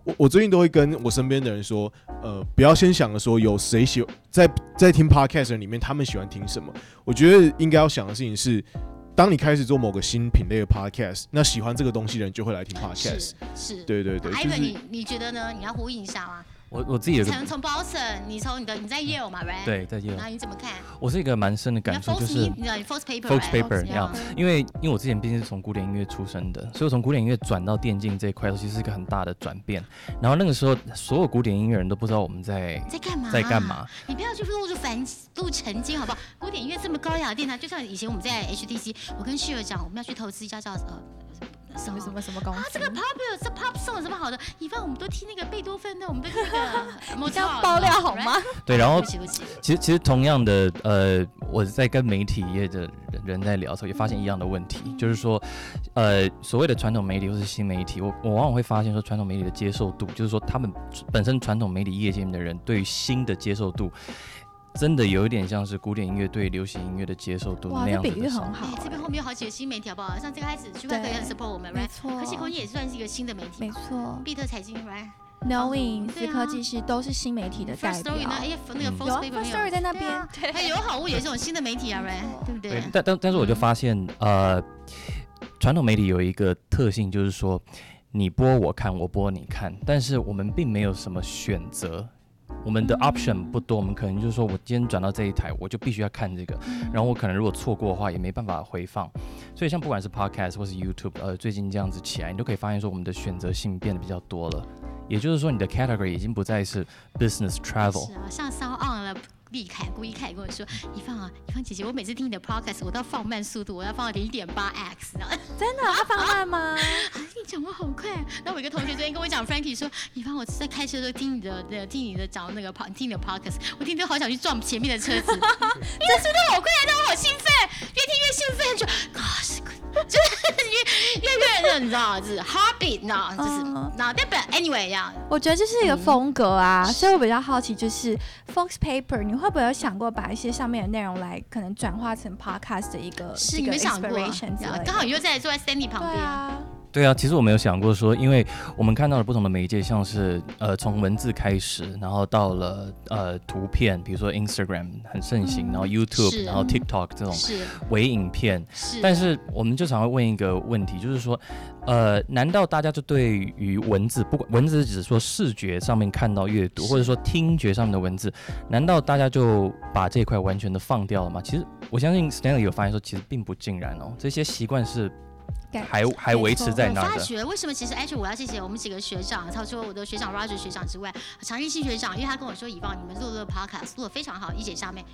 [SPEAKER 3] 我我最近都会跟我身边的人说，呃，不要先想着说有谁喜在在听 podcast 的人里面他们喜欢听什么，我觉得应该要想的事情是。当你开始做某个新品类的 podcast，那喜欢这个东西的人就会来听 podcast
[SPEAKER 2] 是。是。
[SPEAKER 3] 对对对，
[SPEAKER 2] i
[SPEAKER 3] 就
[SPEAKER 2] v a
[SPEAKER 3] 是
[SPEAKER 2] n 你你觉得呢？你要呼应一下吗？
[SPEAKER 4] 我我自己有
[SPEAKER 2] 你
[SPEAKER 4] 个
[SPEAKER 2] 从从 Boston，你从你的你在 Yale 嘛，right？。
[SPEAKER 4] 对在耶
[SPEAKER 2] 然，后你怎么看？
[SPEAKER 4] 我是一个蛮深的感
[SPEAKER 2] 你要
[SPEAKER 4] 触，就
[SPEAKER 2] false
[SPEAKER 4] 是
[SPEAKER 2] me- 你要 false paper
[SPEAKER 4] Folks
[SPEAKER 2] right？
[SPEAKER 4] paper，
[SPEAKER 2] Yeah
[SPEAKER 4] 因为因为我之前毕竟是从古典音乐出身的，所以我从古典音乐转到电竞这一块，其实是一个很大的转变。然后那个时候，所有古典音乐人都不知道我们在
[SPEAKER 2] 你在干嘛？
[SPEAKER 4] 在干嘛？？
[SPEAKER 2] 你不要去落入凡入尘间，好不好？古典音乐这么高雅的电台，就像以前我们在 HTC，我跟旭儿讲，我们要去投资一家叫呃
[SPEAKER 1] 什么什
[SPEAKER 2] 么。
[SPEAKER 1] 么什么公
[SPEAKER 2] 啊，
[SPEAKER 1] 司
[SPEAKER 2] 这个 pop 这 pop song 有什么好的？以前我们都听那个贝多芬的，我们都听
[SPEAKER 1] [LAUGHS]
[SPEAKER 2] 那个莫
[SPEAKER 1] 你这
[SPEAKER 2] 扎
[SPEAKER 1] 样
[SPEAKER 2] 特。
[SPEAKER 1] 爆料好吗？
[SPEAKER 4] [LAUGHS] 对，然后
[SPEAKER 2] 对不起，对不起，
[SPEAKER 4] 其实其实同样的，呃，我在跟媒体业的人人在聊的时候，也发现一样的问题，就是说，呃，所谓的传统媒体或是新媒体，我我往往会发现说，传统媒体的接受度，就是说他们本身传统媒体业界的人对于新的接受度。真的有一点像是古典音乐对流行音乐的接受度
[SPEAKER 1] 哇，
[SPEAKER 4] 那
[SPEAKER 1] 这
[SPEAKER 4] 样子
[SPEAKER 1] 比喻
[SPEAKER 4] 的少
[SPEAKER 1] 很好
[SPEAKER 2] 哎，这边后面有好几个新媒体，好不好？像这个开始，徐怀可以很
[SPEAKER 1] 对
[SPEAKER 2] support 我们
[SPEAKER 1] 没
[SPEAKER 2] ，right？
[SPEAKER 1] 错，
[SPEAKER 2] 科技空间也算是一个新的媒体
[SPEAKER 1] 没
[SPEAKER 2] 嘛，
[SPEAKER 1] 错
[SPEAKER 2] 比特财经，right？
[SPEAKER 1] ，Knowing 是
[SPEAKER 2] 对啊
[SPEAKER 1] 科技系都是新媒体的代
[SPEAKER 2] First Story
[SPEAKER 1] 表
[SPEAKER 2] 呢？，哎呀，那个
[SPEAKER 4] 嗯
[SPEAKER 2] First
[SPEAKER 1] 啊有啊
[SPEAKER 2] Story 没
[SPEAKER 1] ，First Story 在那
[SPEAKER 2] 对啊
[SPEAKER 1] 边，对
[SPEAKER 2] 哎，友好物也是种新的媒体啊，right？对不对
[SPEAKER 4] 对？，但但但是我就发现，呃，传统媒体有一个特性，就是说你播我看，我播你看，但是我们并没有什么选择。我们的 option 不多，我们可能就是说我今天转到这一台，我就必须要看这个，
[SPEAKER 2] 嗯
[SPEAKER 4] 然后我可能如果错过的话，也没办法回放。所以像不管是 podcast 或是 YouTube，呃，最近这样子起来，你都可以发现说我们的选择性变得比较多了。也就是说，你的 category 已经不再是 business travel，
[SPEAKER 2] 是啊，上骚 on 了。丽凯顾一凯跟我说：“一放啊，一放姐姐，我每次听你的 podcast，我都要放慢速度，我要放零点八 x。然后
[SPEAKER 1] 真的要放
[SPEAKER 2] 啊
[SPEAKER 1] 慢
[SPEAKER 2] [LAUGHS]
[SPEAKER 1] 吗？
[SPEAKER 2] 你讲话好快。然后我一个同学昨天跟我讲，Frankie 说：一放我在开车的时候听你的、那个听你的讲那个 po- 听你的 podcast，我听得好想去撞前面的车子，你的速度好快，但我好兴奋，越听越兴奋，就 gosh，就是越越越你知道，就是 hobby，你知道，就是
[SPEAKER 1] 嗯
[SPEAKER 2] 脑袋本 anyway 一样。”
[SPEAKER 1] 我觉得这是一个风格啊，
[SPEAKER 2] 嗯
[SPEAKER 1] 所以我比较好奇，就是 Fox Paper，你会不会有想过把一些上面的内容来可能转化成 podcast 的一个
[SPEAKER 2] 是
[SPEAKER 1] 一
[SPEAKER 2] 你
[SPEAKER 1] 个
[SPEAKER 2] 们想过啊
[SPEAKER 1] inspiration 之类，的？
[SPEAKER 2] 刚好你又在坐在 Sandy 旁
[SPEAKER 1] 对
[SPEAKER 2] 边。
[SPEAKER 1] 啊，
[SPEAKER 4] 对啊，其实我没有想过说，因为我们看到了不同的媒介，像是呃从文字开始，然后到了呃图片，比如说 Instagram 很盛行，
[SPEAKER 1] 嗯
[SPEAKER 4] 然后
[SPEAKER 2] 是
[SPEAKER 4] YouTube，然后 TikTok 这种
[SPEAKER 2] 是
[SPEAKER 4] 微影片。
[SPEAKER 2] 是，啊
[SPEAKER 4] 但是我们就常会问一个问题，就是说，呃，难道大家就对于文字，不管文字只是说视觉上面看到阅读，
[SPEAKER 2] 是
[SPEAKER 4] 或者说听觉上面的文字，难道大家就把这一块完全的放掉了吗？其实我相信 Stanley 有发现说，其实并不尽然哦，这些习惯是
[SPEAKER 1] 改
[SPEAKER 4] 还还维持在
[SPEAKER 2] 我
[SPEAKER 4] 那
[SPEAKER 2] 发
[SPEAKER 4] 的。
[SPEAKER 2] 觉为什么其实 actually 我要谢谢我们几个学长，他除了我的学长 Roger 学长之外，常日新学长，因为他跟我说以往你们录的 podcast 录的非常好，一姐下面。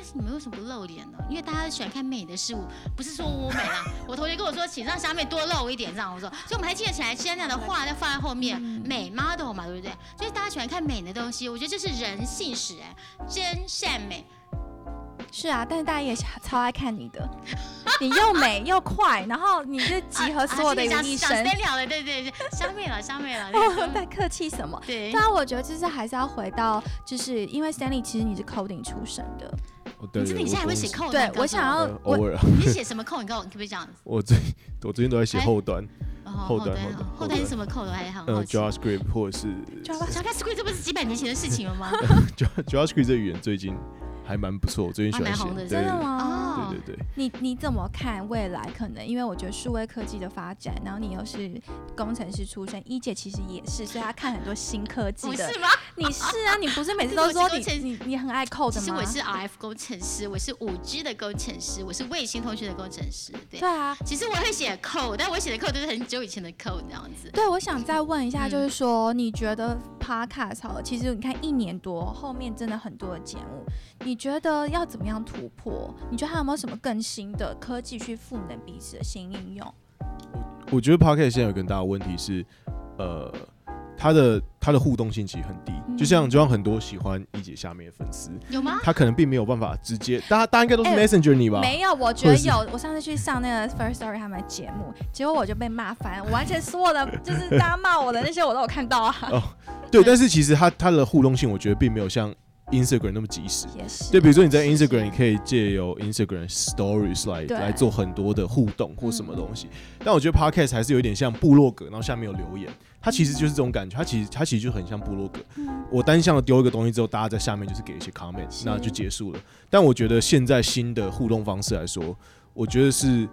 [SPEAKER 2] 但是你们为什么不露脸呢？因为大家喜欢看美的事物，不是说我美啦。我同学跟我说，请让小美多露一点，这样我说，所以我们还记得起来，现在的话要放在后面，
[SPEAKER 1] 嗯
[SPEAKER 2] 美 model 嘛，对不对？所以大家喜欢看美的东西，我觉得这是人性使然，真善美。
[SPEAKER 1] 是啊，但是大家也超爱看你的，你又美又快，然后你是集
[SPEAKER 2] 啊
[SPEAKER 1] 合所有的于一身，
[SPEAKER 2] 三秒了，对对对，消灭了，消灭
[SPEAKER 1] [LAUGHS]
[SPEAKER 2] 了。
[SPEAKER 1] 哦，在客气什么？
[SPEAKER 2] 对
[SPEAKER 1] 当然，我觉得就是还是要回到，就是因为 Stanley 其实你是 coding 出身的，
[SPEAKER 3] 哦对
[SPEAKER 2] 你这个
[SPEAKER 3] 对
[SPEAKER 2] 你现在还
[SPEAKER 3] 我
[SPEAKER 2] 会写扣？
[SPEAKER 1] 对我想要
[SPEAKER 3] 呃偶
[SPEAKER 1] 我
[SPEAKER 3] 尔啊，
[SPEAKER 2] [LAUGHS] 你写什么扣？你跟我，你可不可以讲？
[SPEAKER 3] 我最 [LAUGHS] 我最近都在写
[SPEAKER 2] 哎
[SPEAKER 3] 后端，
[SPEAKER 2] 哦
[SPEAKER 3] 后端后
[SPEAKER 2] 哦
[SPEAKER 3] 端
[SPEAKER 2] 后
[SPEAKER 3] 后端
[SPEAKER 2] 端是什么扣？我还好好
[SPEAKER 3] 呃
[SPEAKER 2] 奇。
[SPEAKER 3] ，JavaScript 或者是 [LAUGHS]
[SPEAKER 1] JavaScript
[SPEAKER 2] JavaScript 这不是几百年前的事情了吗？
[SPEAKER 3] Java- JavaScript 这语言最近还蛮不错，我最近喜欢
[SPEAKER 2] 还蛮
[SPEAKER 3] 写
[SPEAKER 2] 红的，
[SPEAKER 3] 对
[SPEAKER 1] 真的吗？
[SPEAKER 2] 哦
[SPEAKER 3] 对对对对，
[SPEAKER 1] 你你怎么看未来？可能因为我觉得数位科技的发展，然后你又是工程师出身，一姐其实也是，所以她看很多新科技
[SPEAKER 2] 不
[SPEAKER 1] 的。
[SPEAKER 2] 是吗？
[SPEAKER 1] 你是啊，你不是每次
[SPEAKER 2] 我
[SPEAKER 1] 都
[SPEAKER 2] 是
[SPEAKER 1] 说
[SPEAKER 2] 工
[SPEAKER 1] 你
[SPEAKER 2] 程
[SPEAKER 1] 你你很爱扣的
[SPEAKER 2] 其
[SPEAKER 1] 吗？
[SPEAKER 2] 实我是 RF 工程师，我是五 G 的工程师，我是卫星通讯的工程师。对，
[SPEAKER 1] 对啊，
[SPEAKER 2] 其实我会写 code，但我写的 code 都是很久以前的 code 那样子。
[SPEAKER 1] 对，我想再问一下，
[SPEAKER 2] 嗯
[SPEAKER 1] 就是说，你觉得 podcast 好了，其实你看一年多，后面真的很多的节目，你觉得要怎么样突破？你觉得还有没有什么更新的科技去赋能彼此的新应用？
[SPEAKER 3] 我觉得 Pocket 现在有个很大的问题是，呃，它的它的互动性其实很低，就像就像很多喜欢一姐下面的粉丝，
[SPEAKER 2] 有吗？
[SPEAKER 3] 他可能并没有办法直接，大家大家应该都是
[SPEAKER 1] 哎
[SPEAKER 3] Messenger 你吧？
[SPEAKER 1] 没有，我觉得
[SPEAKER 3] 或者是
[SPEAKER 1] 有。我上次去上那个 First Story 他们的节目，结果我就被骂翻，我完全所有的就是大家骂我的那些我都有看到
[SPEAKER 3] [LAUGHS]
[SPEAKER 1] 啊。
[SPEAKER 3] 哦对，但是其实它它的互动性，我觉得并没有像 Instagram 那么及时。
[SPEAKER 1] 也是，
[SPEAKER 3] 对，比如说你在
[SPEAKER 2] 是是
[SPEAKER 3] Instagram，你可以借由 Instagram Stories 来
[SPEAKER 1] 对嗯
[SPEAKER 3] 来做很多的互动或什么东西。但我觉得 Podcast 还是有点像部落格，然后下面有留言，它其实就是这种感觉。它其实它其实就很像部落格。我单向的丢一个东西之后，大家在下面就是给一些 comment，
[SPEAKER 1] 嗯是
[SPEAKER 3] 那就结束了。但我觉得现在新的互动方式来说，我觉得是，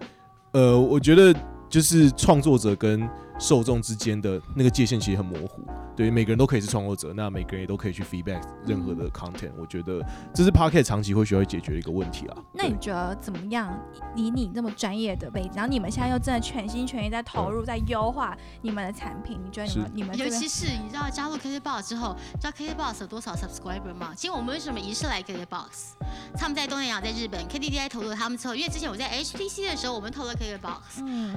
[SPEAKER 3] 呃，我觉得就是创作者跟受众之间的那个界限其实很模糊。对，每个人都可以是创作者，那每个人也都可以去 feedback 任何
[SPEAKER 1] 嗯
[SPEAKER 3] 的 content。我觉得这是 Pocket 长期会需要解决的一个问题啊。
[SPEAKER 1] 那
[SPEAKER 3] 对
[SPEAKER 1] 你觉得怎么样？以你这么专业的位置，然后你们现在又真的全心全意在投入，在优化你们的产品，你觉得你们
[SPEAKER 3] 嗯是
[SPEAKER 1] 你们
[SPEAKER 2] 尤
[SPEAKER 1] 这边
[SPEAKER 2] 其是你知道加入 KKBOX 之后，你知道 KKBOX 有多少 subscriber 吗？今天我们为什么一试来 KKBOX？他们在东南亚，在日本 KDDI 投入了他们之后，因为之前我在 HTC 的时候，我们投了 KKBOX。
[SPEAKER 1] 嗯，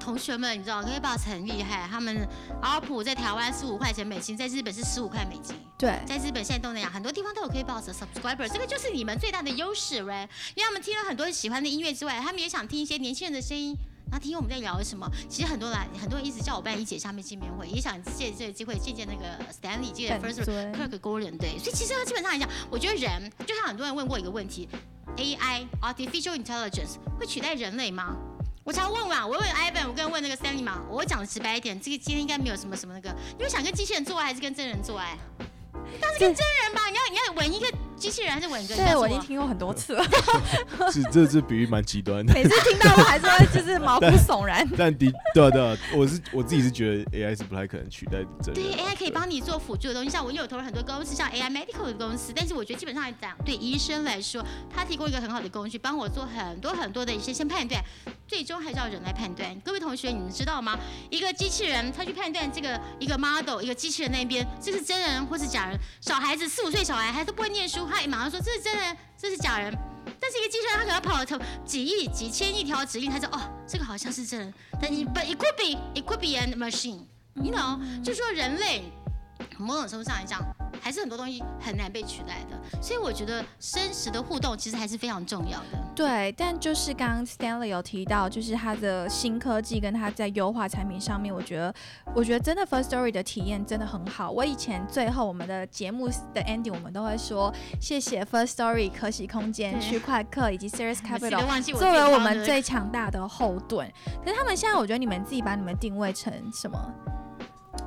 [SPEAKER 2] 同学们，你知道 KKBOX 很厉害，他们 ARPU 在台湾是五块钱美金，在日本是十五块美金。
[SPEAKER 1] 对，
[SPEAKER 2] 在日本现在东南亚很多地方都有 K-box 的 subscriber，这个就是你们最大的优势 r i g 因为他们听了很多喜欢的音乐之外，他们也想听一些年轻人的声音。那听我们在聊什么？其实很多来，很多人一直叫我办一姐下面见面会，也想借这个机会见见那个 Stanley，见见
[SPEAKER 1] 本
[SPEAKER 2] First
[SPEAKER 1] 尊
[SPEAKER 2] Kirk Gordon。对，所以其实基本上来讲，我觉得人就像很多人问过一个问题，AI artificial intelligence 会取代人类吗？我常问嘛，我问 Ivan，我跟问那个 Stanley 嘛，我讲的直白一点，这个今天应该没有什么什么那个，你们想跟机器人做爱还是跟真人做爱？当然是跟真人吧，你要你要吻一个机器人啊还是吻一个？你告
[SPEAKER 1] 对
[SPEAKER 2] 诉
[SPEAKER 1] 我已经听过很多次了，
[SPEAKER 3] 是这这比喻蛮极端
[SPEAKER 1] [LAUGHS]
[SPEAKER 3] 的，
[SPEAKER 1] 每次听到我还是会就是毛骨悚然。
[SPEAKER 3] [LAUGHS]
[SPEAKER 1] [LAUGHS]
[SPEAKER 3] 但的对啊对啊，我是我自己是觉得 AI 是不太可能取代真
[SPEAKER 2] 对
[SPEAKER 3] 人啊。
[SPEAKER 2] AI 可以帮你做辅助的东西，像我有投了很多公司，像 AI Medical 的公司，但是我觉得基本上来讲，对医生来说，他提供一个很好的工具，帮我做很多很多的一些先判断，最终还是要人来判断。各位同学，你们知道吗？一个机器人他去判断这个一个 model，一个机器人那边这是真人或是假人，小孩子四五岁小孩还都不会念书，他也马上说这是真人，这是假人。但是一个机器人，他可能跑了几亿、几千亿条指令，他说哦，这个好像是真人，但你 but it could be it could be a machine。你 know，就
[SPEAKER 1] 嗯
[SPEAKER 2] 说人类某种程度上来讲，还是很多东西很难被取代的。所以我觉得真实的互动其实还是非常重要的。
[SPEAKER 1] 对，但就是刚刚 Stanley 有提到，就是他的新科技跟他在优化产品上面，我觉得，我觉得真的 First Story 的体验真的很好。我以前最后我们的节目的 ending，我们都会说谢谢 First Story 可喜空间、
[SPEAKER 2] 对
[SPEAKER 1] 区块客以及 Serious
[SPEAKER 2] 我记得
[SPEAKER 1] Capital
[SPEAKER 2] 忘记我
[SPEAKER 1] 作为
[SPEAKER 2] 自己
[SPEAKER 1] 我
[SPEAKER 2] 帮
[SPEAKER 1] 们
[SPEAKER 2] 的
[SPEAKER 1] 最强大的后盾。可是他们现在，我觉得你们自己把你们定位成什么？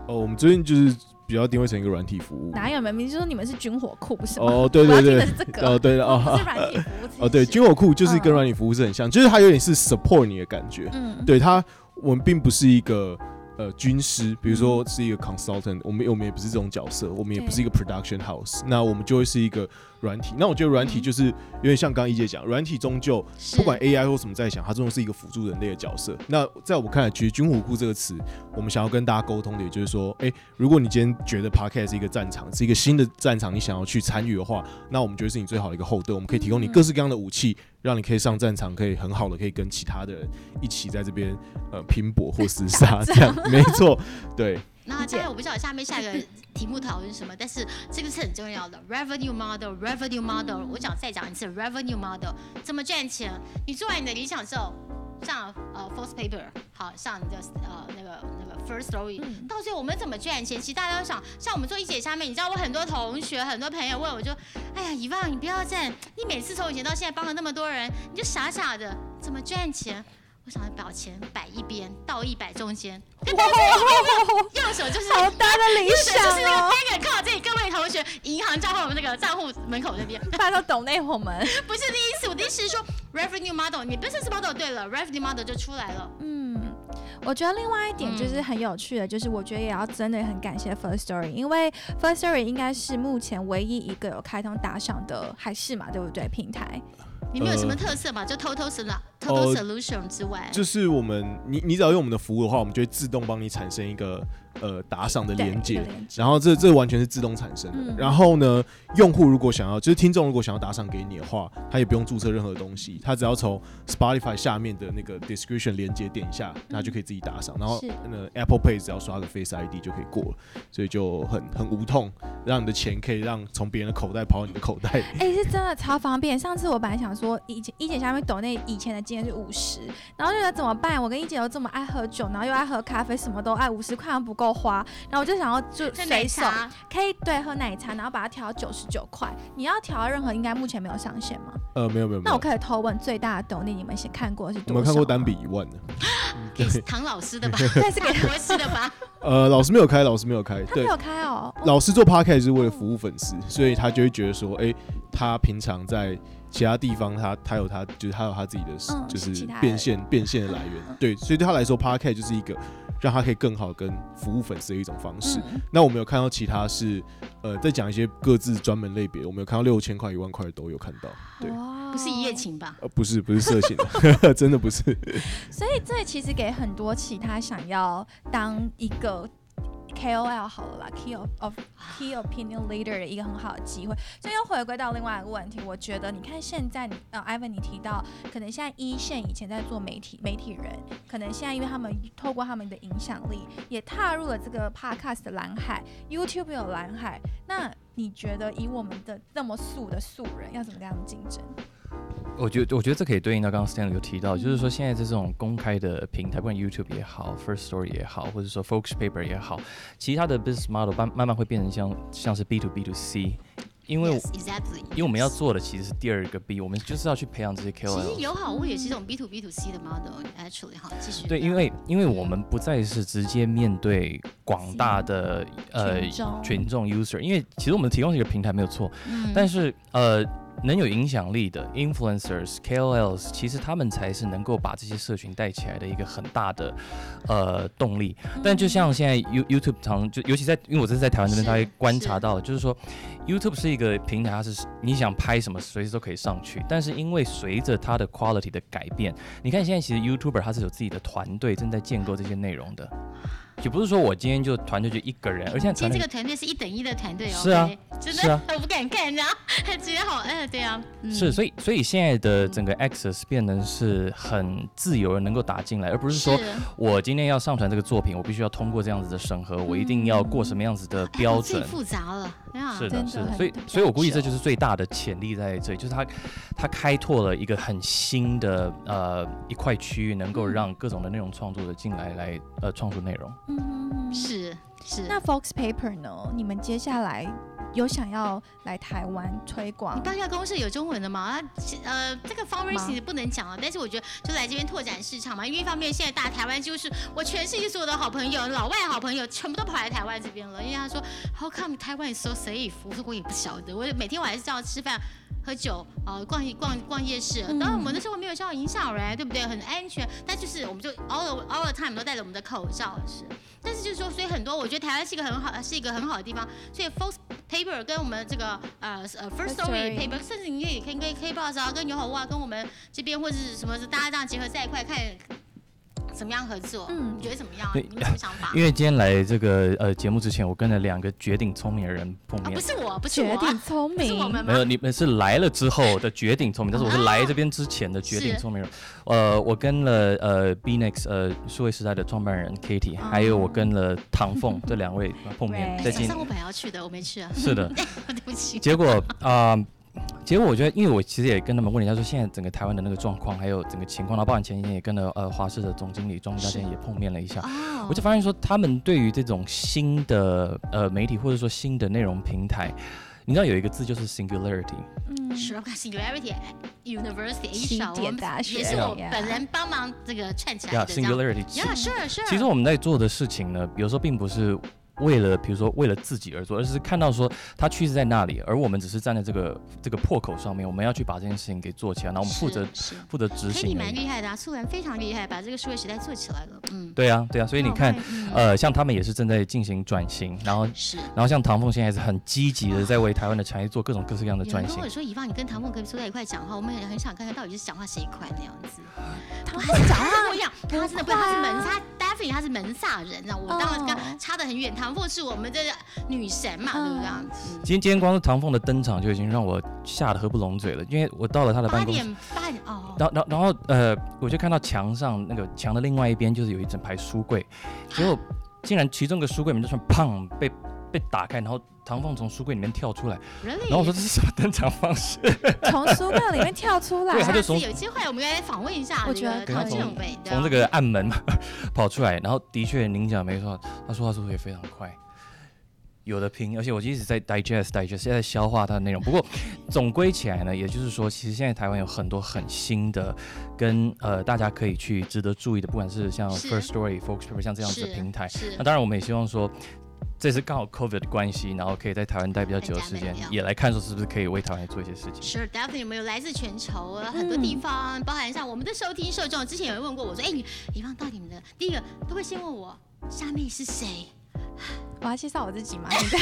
[SPEAKER 3] 哦，我们最近就是比较定位成一个软体服务。
[SPEAKER 1] 哪有你们明明就说你们是军火库，不是吗？
[SPEAKER 3] 哦，对对
[SPEAKER 1] 我要听的
[SPEAKER 3] 对
[SPEAKER 1] 是这，个
[SPEAKER 3] 哦对了
[SPEAKER 1] 我们不
[SPEAKER 3] 哦
[SPEAKER 1] 是软体服务
[SPEAKER 3] 哦
[SPEAKER 1] 其
[SPEAKER 3] 对，
[SPEAKER 1] 实
[SPEAKER 3] 军火库就是跟
[SPEAKER 1] 嗯
[SPEAKER 3] 软体服务是很像，就是它有点是 support 你的感觉。
[SPEAKER 1] 嗯，
[SPEAKER 3] 对它，我们并不是一个呃军师，比如说是一个 consultant，我们我们也不是这种角色，我们也
[SPEAKER 1] 对
[SPEAKER 3] 不是一个 production house，那我们就会是一个软体。那我觉得软体
[SPEAKER 1] 嗯
[SPEAKER 3] 就是有点像刚刚一姐讲，软体终究
[SPEAKER 2] 是
[SPEAKER 3] 不管 AI 或什么在想，它终究是一个辅助人类的角色。那在我看来，其实“军火库”这个词，我们想要跟大家沟通的，也就是说，诶，如果你今天觉得 Podcast 是一个战场，是一个新的战场，你想要去参与的话，那我们觉得是你最好的一个后盾，我们可以提供你各式各样的武器，让你可以上战场，可以很好的可以跟其他的人一起在这边呃拼搏或厮杀，这样没错，对，
[SPEAKER 2] 那
[SPEAKER 1] 理解
[SPEAKER 2] 当然我不知道下面下一个题目讨论什么，但是这个是很重要的 revenue model revenue model。我想再讲一次 revenue model 怎么赚钱。你做完你的理想之后，上呃 Force Paper，好上你的呃那个那个 First Story，、
[SPEAKER 1] 嗯
[SPEAKER 2] 到最后我们怎么赚钱？其实大家都想，像我们做一姐下面，你知道我很多同学、很多朋友问我就，哎呀，一万你不要这样，你每次从以前到现在帮了那么多人，你就傻傻的怎么赚钱？我想把钱摆一边，倒一摆中间，
[SPEAKER 1] 哇，
[SPEAKER 2] 右手就是
[SPEAKER 1] [LAUGHS] 好大的理
[SPEAKER 2] 对，就是
[SPEAKER 1] 想
[SPEAKER 2] 那
[SPEAKER 1] 哦
[SPEAKER 3] [LAUGHS]
[SPEAKER 2] 个！那个靠这里各位同学，银行账户我们那个账户门口那边，
[SPEAKER 1] 大家都懂内我
[SPEAKER 3] [LAUGHS]
[SPEAKER 1] 们，
[SPEAKER 2] 不是第一次，我的意思是说 revenue model，你 business model 对了，revenue model 就出来了。
[SPEAKER 1] 嗯，我觉得另外一点
[SPEAKER 3] 嗯
[SPEAKER 1] 就是很有趣的，就是我觉得也要真的很感谢 First Story，因为 First Story 应该是目前唯一一个有开通打赏的，还是嘛，对不对？平台
[SPEAKER 2] 你们有什么
[SPEAKER 3] 呃
[SPEAKER 2] 特色吗？就 total solution、total
[SPEAKER 4] 呃
[SPEAKER 3] 哦
[SPEAKER 2] solution 之外，
[SPEAKER 3] 就是我们你你只要用我们的服务的话，我们就会自动帮你产生一个呃打赏的
[SPEAKER 1] 对
[SPEAKER 3] 连
[SPEAKER 1] 一
[SPEAKER 3] 接
[SPEAKER 1] 个连，接
[SPEAKER 3] 然后这这完全是自动产生的。
[SPEAKER 1] 嗯
[SPEAKER 3] 然后呢，用户如果想要，就是听众如果想要打赏给你的话，他也不用注册任何东西，他只要从 Spotify 下面的那个 description 连接点一下，他就可以自己打赏。然后
[SPEAKER 1] 嗯是
[SPEAKER 3] 呃 Apple Pay 只要刷个 Face ID 就可以过了，所以就很很无痛，让你的钱可以让从别人的口袋跑到你的口袋里。 [LAUGHS]
[SPEAKER 1] 哎、是真的超方便。上次我本来想说，以前一姐下面抖那以前的经验是五十，然后就觉得怎么办？我跟一姐又这么爱喝酒，然后又爱喝咖啡，什么都爱，五十块钱不够花，然后我就想要就
[SPEAKER 2] 喝奶
[SPEAKER 1] 随手
[SPEAKER 4] [LAUGHS]
[SPEAKER 2] 茶，
[SPEAKER 1] 可以对喝奶茶，然后把它调到九十九块。你要调到任何，应该目前没有上限吗？
[SPEAKER 3] 呃，没有没有没
[SPEAKER 1] 那我
[SPEAKER 3] 有，
[SPEAKER 1] 可以偷问最大的斗笠，你们先看过是
[SPEAKER 3] 我
[SPEAKER 1] 多少？啊
[SPEAKER 3] 们看过单笔，一万的，嗯
[SPEAKER 2] 给
[SPEAKER 3] 对，
[SPEAKER 2] 唐老师的吧，
[SPEAKER 1] [LAUGHS] 对，是给
[SPEAKER 3] [LAUGHS]
[SPEAKER 2] 唐博士的吧，
[SPEAKER 3] 呃，老师没有开，老师没有开，
[SPEAKER 1] 他没
[SPEAKER 3] 对。
[SPEAKER 1] 有开哦。
[SPEAKER 3] 老师做 podcast 是为了服务粉丝，所以他就会觉得说，哎、他平常在其他地方他，他有他就是他有他自己的，
[SPEAKER 1] 嗯
[SPEAKER 3] 就是
[SPEAKER 1] 其他的嗯
[SPEAKER 3] 变现变现的来源，对，所以对他来说，podcast 就是一个让他可以更好跟服务粉丝的一种方式。
[SPEAKER 1] 嗯，
[SPEAKER 3] 那我们有看到其他是，呃，在讲一些各自专门类别，我们有看到六千块、一万块的都有看
[SPEAKER 1] 哦
[SPEAKER 3] 到，对，
[SPEAKER 1] 哇
[SPEAKER 2] [LAUGHS] 不是一夜。情吧？
[SPEAKER 3] 呃，不是不是色情的， [LAUGHS] 真的
[SPEAKER 1] [LAUGHS]
[SPEAKER 3] 不是，
[SPEAKER 1] 所以这其实给很多其他想要当一个 KOL 好了啦，Key of, of Key Opinion Leader 的一个很好的机会。所以又回归到另外一个问题，我觉得你看现在你呃，Ivan 你提到，可能现在一线以前在做媒体媒体人，可能现在因为他们透过他们的影响力，也踏入了这个 Podcast 的蓝海，YouTube 有蓝海。那你觉得以我们的那么素的素人，要怎么跟他们竞争？
[SPEAKER 4] 我觉得，我觉得这可以对应到刚刚 Stanley 有提到，就是说现在这种公开的平台，不管 YouTube 也好，First Story 也好，或者说 Folks Paper 也好，其他的 business model 慢慢慢会变成像像是 B to B to C，因为
[SPEAKER 2] Yes, exactly，
[SPEAKER 4] 因为我们要做的其实是第二个 B，我们就是要去培养这些
[SPEAKER 2] 其实
[SPEAKER 4] KOL。
[SPEAKER 2] 友好物也是一种 B to B to C 的 model，actually 哈，继续。啊
[SPEAKER 4] 对，因为因为我们不再是直接面对广大的呃
[SPEAKER 1] 群众
[SPEAKER 4] 群众 user，因为其实我们提供这个平台没有错，
[SPEAKER 2] 哦嗯
[SPEAKER 4] 但是呃，能有影响力的 influencers、KOLs，其实他们才是能够把这些社群带起来的一个很大的呃动力。但就像现在 You YouTube 常就尤其在，因为我这次在台湾这
[SPEAKER 2] 嗯
[SPEAKER 4] 边，
[SPEAKER 2] 是
[SPEAKER 4] 他会观察到，就是说 YouTube 是一个平台，它是你想拍什么随时都可以上去，但是因为随着它的 quality 的改变，你看现在其实 YouTuber 他是有自己的团队正在建构这些内容的。也不是说我今天就团队就一个人，而现在
[SPEAKER 2] 今
[SPEAKER 4] 团
[SPEAKER 2] 天这
[SPEAKER 4] 队
[SPEAKER 2] 个团队是一等一的团队哦，
[SPEAKER 4] 是啊
[SPEAKER 2] OK，真
[SPEAKER 4] 是
[SPEAKER 2] 的
[SPEAKER 4] 啊
[SPEAKER 2] 我不敢看 [LAUGHS] 啊，直接好，哎，对啊，嗯
[SPEAKER 4] 是，所以所以现在的整个 access 变得是很自由的，能够打进来，而不是说
[SPEAKER 2] 嗯
[SPEAKER 4] 我今天要上传这个作品，我必须要通过这样子的审核，我一定要过什么样子的
[SPEAKER 2] 哎
[SPEAKER 4] 标
[SPEAKER 2] 最
[SPEAKER 4] 准。
[SPEAKER 2] 复杂了，啊
[SPEAKER 4] 是
[SPEAKER 1] 真
[SPEAKER 4] 的，
[SPEAKER 1] 的
[SPEAKER 4] 是的，
[SPEAKER 1] 很
[SPEAKER 4] 所以
[SPEAKER 1] 很，
[SPEAKER 4] 所以我估计这
[SPEAKER 1] 难
[SPEAKER 4] 就是最大的潜力在这里，就是它，它开拓了一个很新的呃一块区域，能够让各种的内容创作者进来来呃创作内容。
[SPEAKER 1] 嗯哼哼
[SPEAKER 2] 是是。
[SPEAKER 1] 那 Fox Paper 呢？你们接下来有想要来台湾推广
[SPEAKER 2] 你？办下公司有中文的吗？啊，其呃，这个 fundraising 不能讲了，但是我觉得就来这边拓展市场嘛。因为一方面现在大台湾就是我全世界所有的好朋友、老外好朋友全部都跑来台湾这边了。因为他说 How come 台湾 is so safe？我说我也不晓得，我每天晚上这样吃饭。喝酒，呃，逛逛逛夜市，
[SPEAKER 1] 嗯
[SPEAKER 2] 当然我们的生活没有受到影响，right？对不对？很安全，但就是我们就 all the all the time 都戴着我们的口罩，是。但是就是说，所以很多我觉得台湾是一个很好，是一个很好的地方。所以 Fox Paper 跟我们这个呃呃 First
[SPEAKER 1] First Story
[SPEAKER 2] Story Paper，甚至你也可以跟 K Box 啊，跟友好屋啊，跟我们这边或者是什么，大家这样结合在一块看怎么样合作。
[SPEAKER 1] 嗯
[SPEAKER 2] 你觉得怎么样？啊
[SPEAKER 4] 对
[SPEAKER 2] 你们什么想法？
[SPEAKER 4] 因为今天来这个呃节目之前，我跟了两个绝顶聪明的人碰
[SPEAKER 2] 啊，
[SPEAKER 4] 面
[SPEAKER 2] 不，是我，不是
[SPEAKER 1] 绝
[SPEAKER 2] 我，啊
[SPEAKER 1] 顶聪
[SPEAKER 2] 不是我
[SPEAKER 1] 明，
[SPEAKER 2] 们
[SPEAKER 4] 没
[SPEAKER 2] 吗？
[SPEAKER 4] 有，你们是来了之后的绝顶聪明，但是我是来这边之前的绝顶聪明人。呃，我跟了呃 Bnex 呃数位时代的创办人 Kitty，、还有我跟了唐凤这两位呃碰面，
[SPEAKER 1] 对
[SPEAKER 4] 在
[SPEAKER 2] 早
[SPEAKER 4] 今
[SPEAKER 2] 上我本来要去的，我没去啊， [LAUGHS]
[SPEAKER 4] 是的，
[SPEAKER 2] 对不
[SPEAKER 4] [LAUGHS]
[SPEAKER 2] 起。
[SPEAKER 4] 结果啊、呃结果我觉得，因为我其实也跟他们问了一下，说现在整个台湾的那个状况，还有整个情况，然后包含前几天也跟了呃华视的总经理庄家先也碰面了一下，
[SPEAKER 2] 哦
[SPEAKER 4] 啊我就发现说，他们对于这种新的呃媒体或者说新的内容平台，你知道有一个字就是 singularity，
[SPEAKER 1] 嗯，
[SPEAKER 2] s u r e Singularity University
[SPEAKER 1] 起
[SPEAKER 2] Asia，我
[SPEAKER 1] 点
[SPEAKER 2] 们
[SPEAKER 1] 大学
[SPEAKER 2] 也是我
[SPEAKER 1] yeah
[SPEAKER 2] 本人帮忙这个串起
[SPEAKER 4] 呀
[SPEAKER 2] 来的这样。啊
[SPEAKER 4] singularity。
[SPEAKER 2] Yeah, sure, sure。
[SPEAKER 4] 其实我们在做的事情呢，有时候并不是为了，比如说为了自己而做，而是看到说它趋势在那里，而我们只是站在这个这个破口上面，我们要去把这件事情给做起来，然后我们负责
[SPEAKER 2] 是是
[SPEAKER 4] 负责执
[SPEAKER 2] Kitty
[SPEAKER 4] 行而
[SPEAKER 2] 蛮
[SPEAKER 4] 已。
[SPEAKER 2] 厉害的啊，苏兰非常厉害，把这个数位时代做起来了。嗯，
[SPEAKER 4] 对啊，对啊，所以你
[SPEAKER 2] 那我
[SPEAKER 4] 看，
[SPEAKER 2] 嗯
[SPEAKER 4] 呃，像他们也是正在进行转型，然后
[SPEAKER 2] 是。
[SPEAKER 4] 然后像唐凤现在也是很积极的在为台湾的产业做各种各式各样的
[SPEAKER 2] 有人
[SPEAKER 4] 转
[SPEAKER 2] 跟
[SPEAKER 4] 型
[SPEAKER 2] 我。说，以往你跟唐凤可以坐在一块讲话，我们也很想看看到底是讲话谁快那样子。
[SPEAKER 1] 唐
[SPEAKER 2] 他是讲
[SPEAKER 4] 啊
[SPEAKER 1] 啊
[SPEAKER 2] 话不一样，他真的不一样，他
[SPEAKER 1] 不快
[SPEAKER 2] 是
[SPEAKER 1] 啊
[SPEAKER 2] 门萨 d a f f y 他是门萨人啊，我当然
[SPEAKER 1] 哦
[SPEAKER 2] 跟差得很远。唐凤是我们的女神嘛，对不对啊？嗯
[SPEAKER 4] 今天今天光是唐凤的登场就已经让我吓得合不拢嘴了，因为我到了他的
[SPEAKER 2] 八
[SPEAKER 4] 办公室，
[SPEAKER 2] 点半哦，
[SPEAKER 4] 然后，然后，然后，呃，我就看到墙上那个墙的另外一边就是有一整排书柜，结果竟然其中一个书柜门就算砰被被打开，然后唐凤从书柜里面跳出来，
[SPEAKER 2] Really？
[SPEAKER 4] 然后我说这是什么登场方式？
[SPEAKER 1] 从书柜里面跳出来啊
[SPEAKER 4] 对，他就
[SPEAKER 2] 下次
[SPEAKER 4] 从
[SPEAKER 2] 有机会我们来访问一下
[SPEAKER 1] 我
[SPEAKER 2] 这
[SPEAKER 1] 觉得
[SPEAKER 2] 个
[SPEAKER 1] 可
[SPEAKER 2] 唐
[SPEAKER 1] 以
[SPEAKER 2] 俊伟，对啊
[SPEAKER 4] 从这个暗门 [LAUGHS] 跑出来，然后的确您讲没错，他说话速度也非常快。有的拼，而且我就一直在 digest digest，现在消化它的内容。不过总归起来呢，也就是说，其实现在台湾有很多很新的，跟呃大家可以去值得注意的，不管是像
[SPEAKER 2] 是
[SPEAKER 4] First Story、Fox Paper 像这样子的
[SPEAKER 2] 是
[SPEAKER 4] 平台，
[SPEAKER 2] 是
[SPEAKER 4] 那当然，我们也希望说，这次刚好 COVID 的关系，然后可以在台湾待比较久的时
[SPEAKER 2] 很
[SPEAKER 4] 间
[SPEAKER 2] 加分，
[SPEAKER 4] 也来看说是不是可以为台湾做一些事情。
[SPEAKER 2] 是 definitely 我们有来自全球呃很多地方，包含像我们的收听受众，之前有人问过我说，哎，你以往到底哎你们的第一个都会先问我虾妹是谁？
[SPEAKER 1] 我要介绍我自己吗？ [LAUGHS] 现在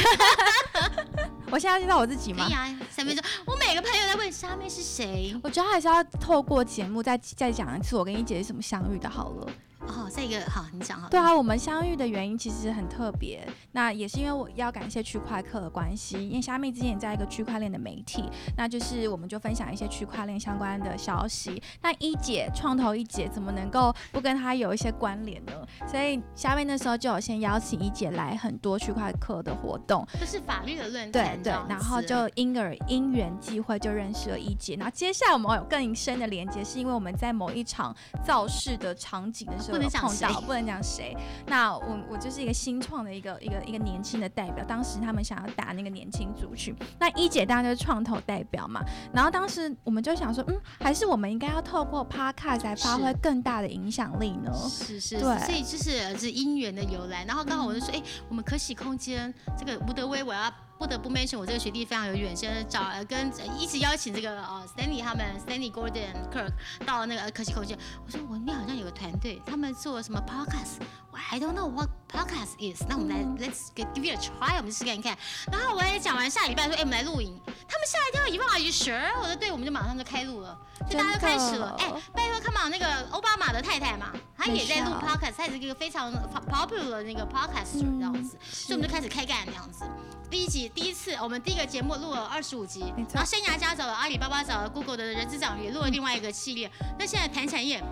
[SPEAKER 1] 我现在要介绍我自己吗
[SPEAKER 2] 可以？啊，三分钟，我每个朋友在问虾妹是谁。
[SPEAKER 1] 我觉得还是要透过节目再再讲一次我跟一姐是怎么相遇的，好了。
[SPEAKER 2] 哦，再一个好，你讲好了。
[SPEAKER 1] 对啊，我们相遇的原因其实很特别，那也是因为我要感谢区块客的关系，因为虾妹之前也在一个区块链的媒体，那就是我们就分享一些区块链相关的消息。那一姐创投一姐怎么能够不跟她有一些关联呢？所以虾妹那时候就有先邀请一姐来很多区块客的活动，
[SPEAKER 2] 就是法律的论
[SPEAKER 1] 对
[SPEAKER 2] 坛这
[SPEAKER 1] 对
[SPEAKER 2] 样，子，
[SPEAKER 1] 然后就因而因缘际会就认识了一姐，然后接下来我们有更深的连接，是因为我们在某一场造势的场景的时候
[SPEAKER 2] 不能
[SPEAKER 1] 有
[SPEAKER 2] 讲
[SPEAKER 1] 碰到，
[SPEAKER 2] 谁
[SPEAKER 1] 不能讲谁。那我我就是一个新创的一个一个一个年轻的代表，当时他们想要打那个年轻族群，那一姐当然就是创投代表嘛。然后当时我们就想说，嗯，还是我们应该要透过 podcast 来发
[SPEAKER 2] 是
[SPEAKER 1] 挥更大的影响力呢？
[SPEAKER 2] 是是，是
[SPEAKER 1] 对嗯
[SPEAKER 2] 所以就是呃是姻缘的由来。然后刚好我就说，哎、我们可喜空间这个吴德威，我要不得不 mention 我这个学弟非常有远见，找呃跟呃一直邀请这个呃 Stanley 他们 Stanley Gordon Kirk 到那个呃可喜空间。我说我那好像有个团队，他们做什么 podcast，我 I don't know what podcast is。那我们来、Let's
[SPEAKER 1] 嗯
[SPEAKER 2] get, give it a try，我们试看看。然后我也讲完下礼拜说，哎、我们来露营。他们吓一跳，一问 Are you sure？我说对，我们就马上就开录了，就大家就开始了。哎、
[SPEAKER 1] 真的
[SPEAKER 2] 拜托，Come on，那个奥巴马的太太嘛，她也在录
[SPEAKER 1] Michelle
[SPEAKER 2] podcast，她也是一个非常 popular 的
[SPEAKER 1] 嗯
[SPEAKER 2] 那个 podcaster 这样子，所以我们就开始开干这样子。第一集第一次，我们第一个节目录了二十五集
[SPEAKER 1] 没，错
[SPEAKER 2] 然后生涯家找了阿里巴巴，找了 Google 的人资长，也录了另外一个系列。那现在谈产业。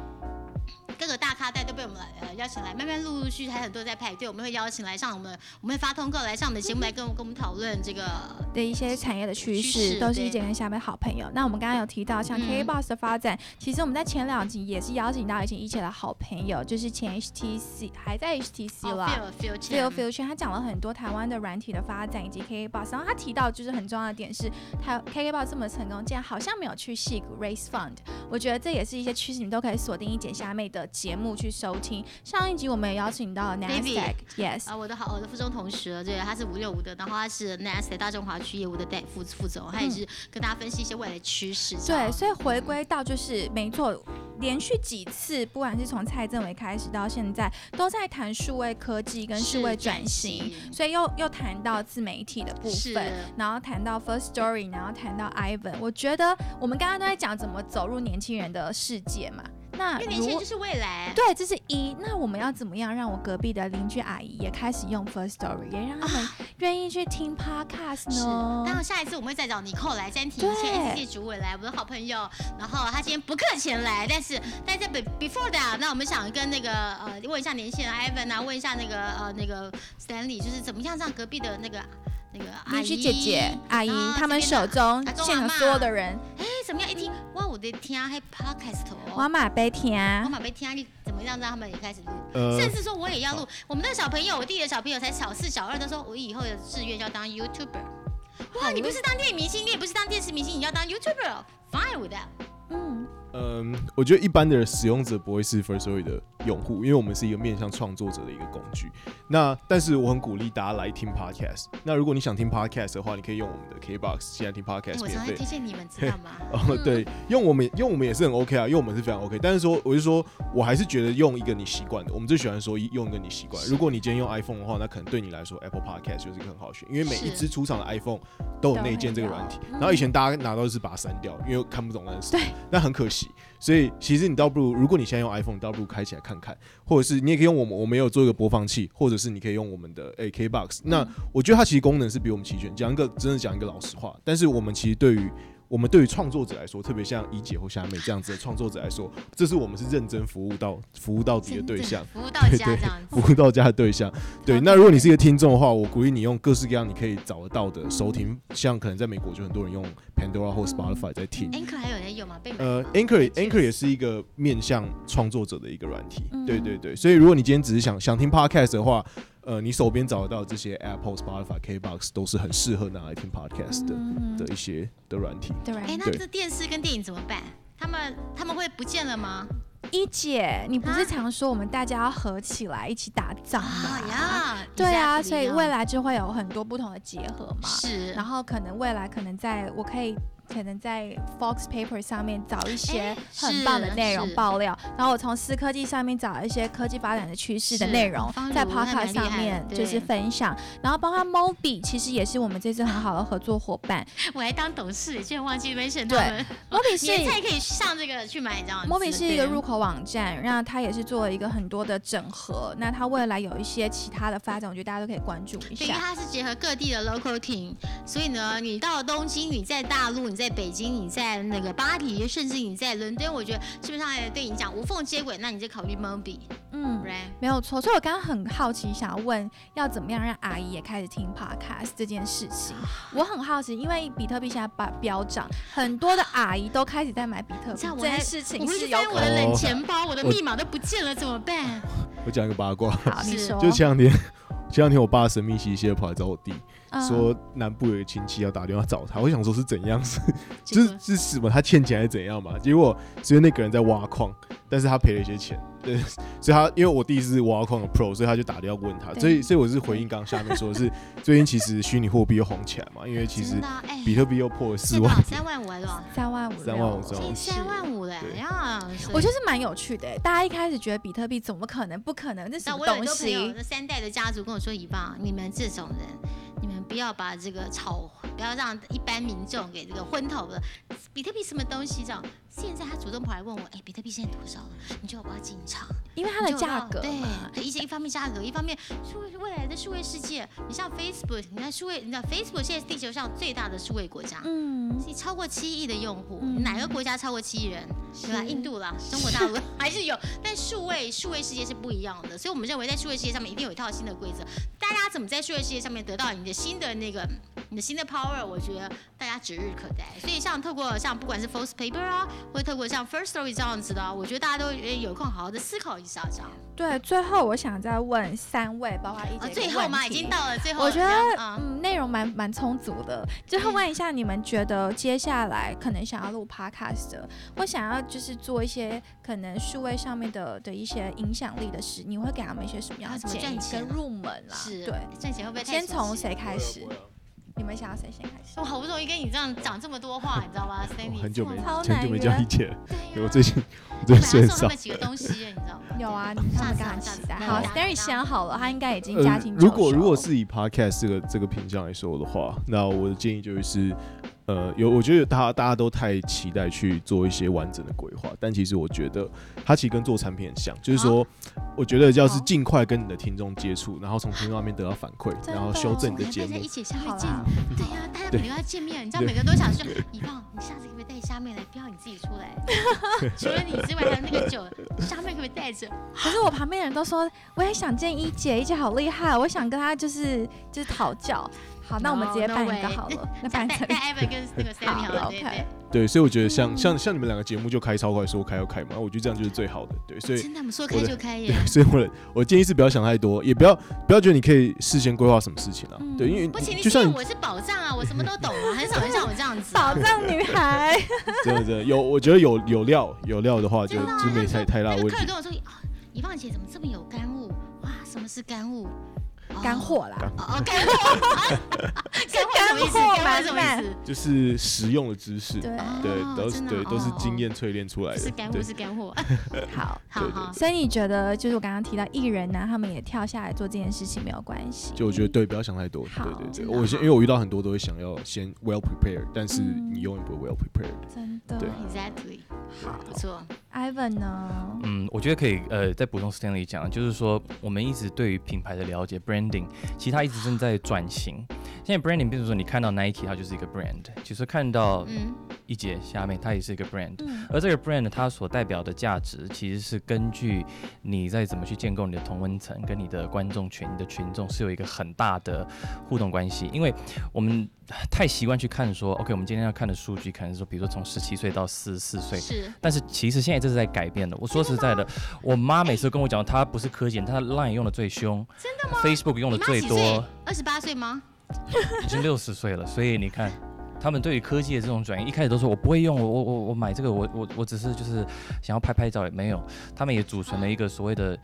[SPEAKER 2] 各个大咖带都被我们来呃邀请来，慢慢陆陆续续还很多在排队，我们会邀请来上我们，我们会发通告来上我们的节目来跟我跟我们讨论这个哦
[SPEAKER 1] 的一些产业的趋
[SPEAKER 2] 趋
[SPEAKER 1] 势，
[SPEAKER 2] 势
[SPEAKER 1] 都是
[SPEAKER 2] 对
[SPEAKER 1] 一姐跟下面好朋友。那我们刚刚有提到像
[SPEAKER 2] 嗯
[SPEAKER 1] KBox 的发展，其实我们在前两集也是邀请到以前一姐的好朋友，就是前 HTC 还在 HTC 啦。
[SPEAKER 2] 哦 feel
[SPEAKER 1] Phil
[SPEAKER 2] feel Chan
[SPEAKER 1] Phil 圈，他讲了很多台湾的软体的发展以及 KKBox，然后他提到就是很重要的点是，他 KKBox 这么成功，竟然好像没有去戏股 Raise Fund，我觉得这也是一些趋势，你们都可以锁定一姐虾妹的节目去收听。上一集我们也邀请到
[SPEAKER 2] David
[SPEAKER 1] Nasdaq，Yes，
[SPEAKER 2] 啊，我的好，我的附中同学，对，他是五六五的，然后他是 NAS 大中华区业务的代副副总，他也是跟大家分析一些未来的趋势。这样
[SPEAKER 1] 对，所以回归到就是没错，连续几次，不管是从蔡政委开始到现在，都在谈数位科技跟数位转型，，
[SPEAKER 2] 是
[SPEAKER 1] 所以又又谈到自媒体的部
[SPEAKER 2] 是
[SPEAKER 1] 分。然后谈到 First Story，然后谈到 Ivan，我觉得我们刚刚都在讲怎么走入年轻人的世界嘛。那
[SPEAKER 2] 因为年轻人
[SPEAKER 1] 如
[SPEAKER 2] 就是未来。
[SPEAKER 1] 对，这是一。那我们要怎么样让我隔壁的邻居阿姨也开始用 First Story，也让他们愿意去听 Podcast
[SPEAKER 2] 啊是，
[SPEAKER 1] 呢？
[SPEAKER 2] 当然下一次我们会再找尼寇来，詹婷以前
[SPEAKER 1] 对
[SPEAKER 2] S C 主委来，我的好朋友。然后他今天不客前来，但是但在 be- before that，那我们想跟那个呃问一下年轻人 Ivan 啊，问一下那个呃那个 Stanley，就是怎么样让隔壁的那个那个阿
[SPEAKER 1] 邻
[SPEAKER 2] 姨
[SPEAKER 1] 居姐姐、阿姨
[SPEAKER 2] 啊，
[SPEAKER 1] 他们
[SPEAKER 2] 这边
[SPEAKER 1] 手
[SPEAKER 2] 的
[SPEAKER 1] 中
[SPEAKER 2] 阿公
[SPEAKER 1] 现场
[SPEAKER 2] 阿嬷
[SPEAKER 1] 所有的人
[SPEAKER 2] 哎，怎么样？一听，哇，我的天啊，还 podcast
[SPEAKER 1] 我
[SPEAKER 2] 哦！
[SPEAKER 1] 马杯听
[SPEAKER 2] 我
[SPEAKER 1] 啊，
[SPEAKER 2] 马被天啊，你怎么样让他们也开始录？
[SPEAKER 3] 呃，
[SPEAKER 2] 甚至说我也要录。我们的小朋友，我弟弟的小朋友才小四、小二，他说我以后的志愿要当 YouTuber。哇，你不是当电影明星，你也不是当电视明星，你要当 YouTuber，fine with that。
[SPEAKER 1] 嗯，
[SPEAKER 3] 嗯，我觉得一般的使用者不会是 First Story 的用户，因为我们是一个面向创作者的一个工具。那但是我很鼓励大家来听 Podcast。那如果你想听 Podcast 的话，你可以用我们的 KBox 现在听
[SPEAKER 2] 哎
[SPEAKER 3] Podcast
[SPEAKER 2] 我
[SPEAKER 3] 免
[SPEAKER 2] 常常
[SPEAKER 3] 费
[SPEAKER 2] 推。荐你们，知道吗？
[SPEAKER 3] 哦，对，用我们用我们也是很 OK 啊，用我们是非常 OK。但是说，我就说我还是觉得用一个你习惯的，我们最喜欢说用一个你习惯。如果你今天用 iPhone 的话，那可能对你来说 Apple Podcast 就是一个很好的选，因为每
[SPEAKER 2] 是
[SPEAKER 3] 一支出厂的 iPhone 都有内建这个软体。然后以前大家拿到就是把它删掉，因为看不懂那是什么，那很可惜。所以其实你倒不如，如果你现在用 iPhone，你倒不如开起来看看，或者是你也可以用我们，我们也有做一个播放器，或者是你可以用我们的 AK Box。那
[SPEAKER 2] 嗯
[SPEAKER 3] 我觉得它其实功能是比我们齐全。讲一个真的讲一个老实话，但是我们其实对于我们对于创作者来说，特别像怡姐或夏妹这样子的创作者来说，这是我们是认真服
[SPEAKER 2] [LAUGHS]
[SPEAKER 3] 务到服务到底的
[SPEAKER 2] 真
[SPEAKER 3] 对
[SPEAKER 2] 的
[SPEAKER 3] 象。
[SPEAKER 2] 服务到
[SPEAKER 3] 对
[SPEAKER 2] 家
[SPEAKER 3] 对
[SPEAKER 2] 这
[SPEAKER 3] [LAUGHS]
[SPEAKER 2] 样子。
[SPEAKER 3] 服务到家的对象。对，那如果你是一个听众的话，我鼓励你用各式各样你可以找得到的收听，像可能在美国就很多人用 Pandora 或 Spotify 在听。
[SPEAKER 2] Anchor 还有人用吗？被买
[SPEAKER 3] 呃
[SPEAKER 2] 吗
[SPEAKER 3] ，Anchor 也
[SPEAKER 2] 被
[SPEAKER 3] Anchor 也是一个面向创作者的一个软体，
[SPEAKER 1] 嗯
[SPEAKER 3] 对对对，所以如果你今天只是想想听 Podcast 的话，呃，你手边找得到这些 Apple、Spotify、KBox 都是很适合拿来听 Podcast
[SPEAKER 1] 嗯
[SPEAKER 3] 的、的一些的软体。
[SPEAKER 1] 对啊吧
[SPEAKER 2] 哎、？那
[SPEAKER 3] 对
[SPEAKER 2] 这电视跟电影怎么办？他们他们会不见了吗？
[SPEAKER 1] 一姐，你不
[SPEAKER 2] 啊
[SPEAKER 1] 是常说我们大家要合起来一起打仗
[SPEAKER 2] 啊
[SPEAKER 1] 吗？
[SPEAKER 2] 呀，
[SPEAKER 1] 对啊，
[SPEAKER 2] exactly
[SPEAKER 1] 所以
[SPEAKER 2] 呀
[SPEAKER 1] 未来就会有很多不同的结合嘛。
[SPEAKER 2] 是，
[SPEAKER 1] [LAUGHS] 然后可能未来可能在我可以。可能在 Fox Paper 上面找一些
[SPEAKER 2] 哎
[SPEAKER 1] 很棒的
[SPEAKER 2] 是
[SPEAKER 1] 内容
[SPEAKER 2] 是
[SPEAKER 1] 爆料，然后我从思科技上面找一些科技发展的趋势的
[SPEAKER 2] 是
[SPEAKER 1] 内容
[SPEAKER 2] 方，
[SPEAKER 1] 在
[SPEAKER 2] 如还蛮
[SPEAKER 1] Podcast
[SPEAKER 2] 厉害
[SPEAKER 1] 上
[SPEAKER 2] 的
[SPEAKER 1] 面
[SPEAKER 2] 对
[SPEAKER 1] 就是分享，然后包括 Mobi 其实也是我们这次很好的合作伙伴
[SPEAKER 2] 我还当董事，居然忘记 mention
[SPEAKER 1] 对
[SPEAKER 2] 他们。
[SPEAKER 1] ，Mobi 是
[SPEAKER 2] 年菜可以上这个去买，这样子。
[SPEAKER 1] m o b i 是一
[SPEAKER 2] 对
[SPEAKER 1] 个入口网站，那它也是做了一个很多的整合，那它未来有一些其他的发展，我觉得大家都可以关注一
[SPEAKER 2] 对，因为
[SPEAKER 1] 下。
[SPEAKER 2] 它是结合各地的 local team，所以呢，你到东京，你在大陆，你在北京，你在那个巴黎，甚至你在伦敦，我觉得基本上对你讲无缝接轨，那你就考虑 Mobi，right？
[SPEAKER 1] 嗯，没有错。所以我刚刚很好奇，想要问要怎么样让阿姨也开始听 podcast 这件事情。我很好奇，因为比特币现在把飙涨，很多的阿姨都开始在买比特币
[SPEAKER 2] 这样，我
[SPEAKER 1] 这件
[SPEAKER 2] 还
[SPEAKER 1] 事
[SPEAKER 2] 我
[SPEAKER 1] 情
[SPEAKER 2] 回
[SPEAKER 1] 是
[SPEAKER 2] 去
[SPEAKER 1] 有
[SPEAKER 2] 翻
[SPEAKER 1] 可
[SPEAKER 2] 我的
[SPEAKER 1] 能。
[SPEAKER 2] 冷钱包，我的
[SPEAKER 3] 哦我
[SPEAKER 2] 密码都不见了，怎么办？
[SPEAKER 3] 我讲一个八卦，
[SPEAKER 1] 好，啊你
[SPEAKER 2] 是
[SPEAKER 1] 说，
[SPEAKER 3] 就前两天，前两天我爸神秘兮兮的跑来找我弟，
[SPEAKER 1] 嗯
[SPEAKER 3] 说南部有一个亲戚要打电话找他，我想说是怎样，是
[SPEAKER 2] 结
[SPEAKER 3] 就
[SPEAKER 2] 果
[SPEAKER 3] 是是什么他欠钱还是怎样嘛？结果只有那个人在挖矿，但是他赔了一些钱，对， [LAUGHS] 所以他因为我弟是挖矿的 pro，所以他就打电话问他，
[SPEAKER 1] 对
[SPEAKER 3] 所以所以我是回应刚刚下面说的是最近其实虚拟货币又红起来嘛，因为其实
[SPEAKER 2] 真的啊哎，
[SPEAKER 3] 比特币又破了四
[SPEAKER 2] 现在多少，三
[SPEAKER 3] 万
[SPEAKER 2] 万五还是多
[SPEAKER 3] [LAUGHS]
[SPEAKER 2] 少？
[SPEAKER 1] 三万五，
[SPEAKER 3] 三万五三万
[SPEAKER 2] 现在三万五了
[SPEAKER 3] 对
[SPEAKER 2] 呀！所以
[SPEAKER 1] 我觉得是蛮有趣的。欸大家一开始觉得比特币怎么可能？不可能，这什
[SPEAKER 2] 那
[SPEAKER 1] 么
[SPEAKER 2] 我有很
[SPEAKER 1] 东
[SPEAKER 2] 多朋友，
[SPEAKER 1] 西？
[SPEAKER 2] 那三代的家族跟我说：“以棒，你们这种人，你们不要把这个炒，不要让一般民众给这个昏头了。比特币什么东西？这样，现在他主动跑来问我：‘哎，比特币现在多少了？’你就要不要进场？
[SPEAKER 1] 因为它的
[SPEAKER 2] 你就
[SPEAKER 1] 价
[SPEAKER 2] 要
[SPEAKER 1] 格
[SPEAKER 2] 对
[SPEAKER 1] 嘛，
[SPEAKER 2] 对，一些一方面价格，一方面数位未来的数位世界。你像 Facebook，你看数位，你知道 Facebook 现在是地球上最大的数位国家。”
[SPEAKER 1] 嗯，
[SPEAKER 2] 你超过七亿的用户，
[SPEAKER 1] 嗯
[SPEAKER 2] 哪个国家超过七亿人？对吧？
[SPEAKER 1] 是
[SPEAKER 2] 印度啦，中国大陆还是有，但数位数位世界是不一样的，所以我们认为在数位世界上面一定有一套新的规则。大家怎么在数位世界上面得到你的新的那个 [LAUGHS] 你的新的 power？我觉得大家指日可待。所以像透过像不管是 f o r c e Paper 啊，或者透过像 First Story 这样子的，我觉得大家都呃有空好好的思考一下这啊样。
[SPEAKER 1] 对，最后我想再问三位，包括一
[SPEAKER 2] 啊
[SPEAKER 1] 姐、，
[SPEAKER 2] 最后嘛，已经。到了最后了，
[SPEAKER 1] 我觉得
[SPEAKER 2] 这样啊，
[SPEAKER 1] 嗯，内容蛮蛮充足的，就是问一下你们觉得接下来可能想要录 podcast 的，或想要就是做一些可能数位上面的的一些影响力的事，你会给他们一些什么样的
[SPEAKER 2] 啊怎么
[SPEAKER 1] 建议
[SPEAKER 2] 赚钱
[SPEAKER 1] 跟
[SPEAKER 2] 啊
[SPEAKER 1] 入门啦？
[SPEAKER 2] 是
[SPEAKER 1] 对，
[SPEAKER 2] 赚钱会不会太
[SPEAKER 1] 先
[SPEAKER 2] 俗气
[SPEAKER 1] 从谁开始？你们想要谁先开始？
[SPEAKER 2] 我好不容易跟你这样讲这么多话，你知道吗
[SPEAKER 3] 我
[SPEAKER 2] ？Stanley，
[SPEAKER 3] 哦很久没
[SPEAKER 1] 超难
[SPEAKER 3] 很久没叫
[SPEAKER 1] 约
[SPEAKER 3] 一姐了，
[SPEAKER 2] 对
[SPEAKER 3] 对
[SPEAKER 2] 呀
[SPEAKER 3] 我最近我
[SPEAKER 2] 我
[SPEAKER 3] 最近
[SPEAKER 2] 本
[SPEAKER 3] 睡
[SPEAKER 2] 来
[SPEAKER 3] 很
[SPEAKER 2] 送
[SPEAKER 3] 少
[SPEAKER 2] 他。们几个东西，你知道吗？
[SPEAKER 1] 有 [LAUGHS] 啊，他
[SPEAKER 2] 下
[SPEAKER 1] 们刚刚
[SPEAKER 2] 次啊下
[SPEAKER 1] 期
[SPEAKER 2] 次
[SPEAKER 1] 待。
[SPEAKER 2] 那
[SPEAKER 1] 好
[SPEAKER 2] 我打
[SPEAKER 1] ，Stanley
[SPEAKER 2] 打
[SPEAKER 1] 想好了，他应该已经
[SPEAKER 3] 呃
[SPEAKER 1] 家庭、
[SPEAKER 3] 如果如果是以 podcast 这个这个品相来说的话，那我的建议就是，呃，有我觉得大家大家都太期待去做一些完整的规划，但其实我觉得它其实跟做产品很像，就是说，
[SPEAKER 1] 啊
[SPEAKER 3] 我觉得要是
[SPEAKER 1] 好
[SPEAKER 3] 尽快跟你的听众接触，然后从听众那边得到反馈，
[SPEAKER 1] 真
[SPEAKER 3] 然后
[SPEAKER 1] 的哦
[SPEAKER 3] 修正
[SPEAKER 1] 我
[SPEAKER 3] 你
[SPEAKER 1] 觉得
[SPEAKER 3] 的节目
[SPEAKER 2] 大家一。起相
[SPEAKER 1] 好
[SPEAKER 2] 会见
[SPEAKER 1] 啦，，
[SPEAKER 2] 对呀、大家
[SPEAKER 3] 对
[SPEAKER 2] 每个要见面，你知道
[SPEAKER 3] 对
[SPEAKER 2] 每个都想说，以棒，你下次可不可以带虾妹来？不要你自己出
[SPEAKER 3] [LAUGHS]
[SPEAKER 2] 来，除了你之外，还有那个酒，虾妹可不可以带着？
[SPEAKER 1] 可是我旁边的人都说，我也想见一姐，一姐好厉害，我想跟她就是就是讨教。好，那我们直接
[SPEAKER 2] No,
[SPEAKER 1] 办
[SPEAKER 2] no
[SPEAKER 1] 一个 [LAUGHS] 哎
[SPEAKER 2] way
[SPEAKER 1] 好了，那
[SPEAKER 2] 带
[SPEAKER 1] 办成
[SPEAKER 2] 带 Evan 跟那 [LAUGHS] 个 Sammy 好了，对对
[SPEAKER 1] ，OK
[SPEAKER 3] 对，所以我觉得
[SPEAKER 1] 哦
[SPEAKER 3] 像像像你们两个节目就开超快，说开要开嘛，我觉得这样就是最好的。对，所以
[SPEAKER 2] 真的，我们说开
[SPEAKER 3] 我的
[SPEAKER 2] 就开耶
[SPEAKER 3] [LAUGHS] 对。，所以我的我建议是不要想太多，也不要不要觉得你可以事先规划什么事情啊。
[SPEAKER 1] 嗯
[SPEAKER 3] 对，因为
[SPEAKER 2] 不行，你
[SPEAKER 3] 就像
[SPEAKER 2] 是
[SPEAKER 3] 你
[SPEAKER 2] 我是宝藏啊，我什么都懂 [LAUGHS] 啊，很少人像我这样子啊。
[SPEAKER 1] 宝藏女孩，
[SPEAKER 3] [LAUGHS] 真的真的有，我觉得有有料有料的话就
[SPEAKER 2] 真的啊，
[SPEAKER 3] 就没太太大
[SPEAKER 2] 那
[SPEAKER 3] 问
[SPEAKER 2] 个客。
[SPEAKER 3] 题
[SPEAKER 2] 人跟我说，啊你放姐怎么这么有干物？哇，什么是干物？
[SPEAKER 1] [LAUGHS]
[SPEAKER 2] 哦
[SPEAKER 1] 干。货啦，
[SPEAKER 2] 哦，哦干货。
[SPEAKER 1] 干货
[SPEAKER 2] 干货什么意思？干货什么意思？
[SPEAKER 3] 就是实用的知识，
[SPEAKER 1] 对，
[SPEAKER 2] 哦
[SPEAKER 3] 对，都是
[SPEAKER 2] 真的
[SPEAKER 3] 对，
[SPEAKER 2] 哦
[SPEAKER 3] 都是
[SPEAKER 2] 哦
[SPEAKER 3] 经验淬炼出来
[SPEAKER 2] 不是
[SPEAKER 3] 的。
[SPEAKER 2] 干
[SPEAKER 3] 对
[SPEAKER 2] 货，是干货。
[SPEAKER 1] 好。
[SPEAKER 2] 好
[SPEAKER 3] 对对
[SPEAKER 2] 好，
[SPEAKER 1] 所以你觉得，就是我刚刚提到艺人呢、他们也跳下来做这件事情没有关系，
[SPEAKER 3] 就我觉得对，不要想太多。
[SPEAKER 1] 好
[SPEAKER 3] 对对对，
[SPEAKER 2] 真的
[SPEAKER 3] 我先
[SPEAKER 2] 好
[SPEAKER 3] 因为我遇到很多都会想要先 well prepared，但是
[SPEAKER 1] 嗯
[SPEAKER 3] 你永远不会 well prepared。
[SPEAKER 1] 真的
[SPEAKER 3] 对
[SPEAKER 2] exactly，
[SPEAKER 1] 好。
[SPEAKER 2] 不错。
[SPEAKER 1] Ivan 呢？
[SPEAKER 4] 嗯，我觉得可以，呃，再补充 Stanley 讲，就是说我们一直对于品牌的了解 branding，其实它一直正在转型。现在 branding 变成说，你看到 Nike 它就是一个 brand，其实看到
[SPEAKER 2] 嗯，
[SPEAKER 4] 一姐下面它也是一个 brand，
[SPEAKER 1] 嗯，
[SPEAKER 4] 而这个 brand 它所代表的价值，其实是根据你在怎么去建构你的同温层跟你的观众群、你的群众是有一个很大的互动关系。因为我们太习惯去看说，OK，我们今天要看的数据可能是说，比如说从十七岁到四十四岁。
[SPEAKER 2] 是。
[SPEAKER 4] 但是其实现在这是在改变的。我说实在的，我妈每次跟我讲，她不是科技人，她 Line 用的最凶，真的吗？Facebook 用的
[SPEAKER 2] 你妈
[SPEAKER 4] 最
[SPEAKER 2] 几
[SPEAKER 4] 多
[SPEAKER 2] 岁，？二十八岁
[SPEAKER 4] [LAUGHS]
[SPEAKER 2] 吗？
[SPEAKER 4] 已经六十岁了，所以你看。他们对于科技的这种转移，一开始都说我不会用，我我我我买这个，我我我只是就是想要拍拍照，也没有。他们也组成了一个所谓的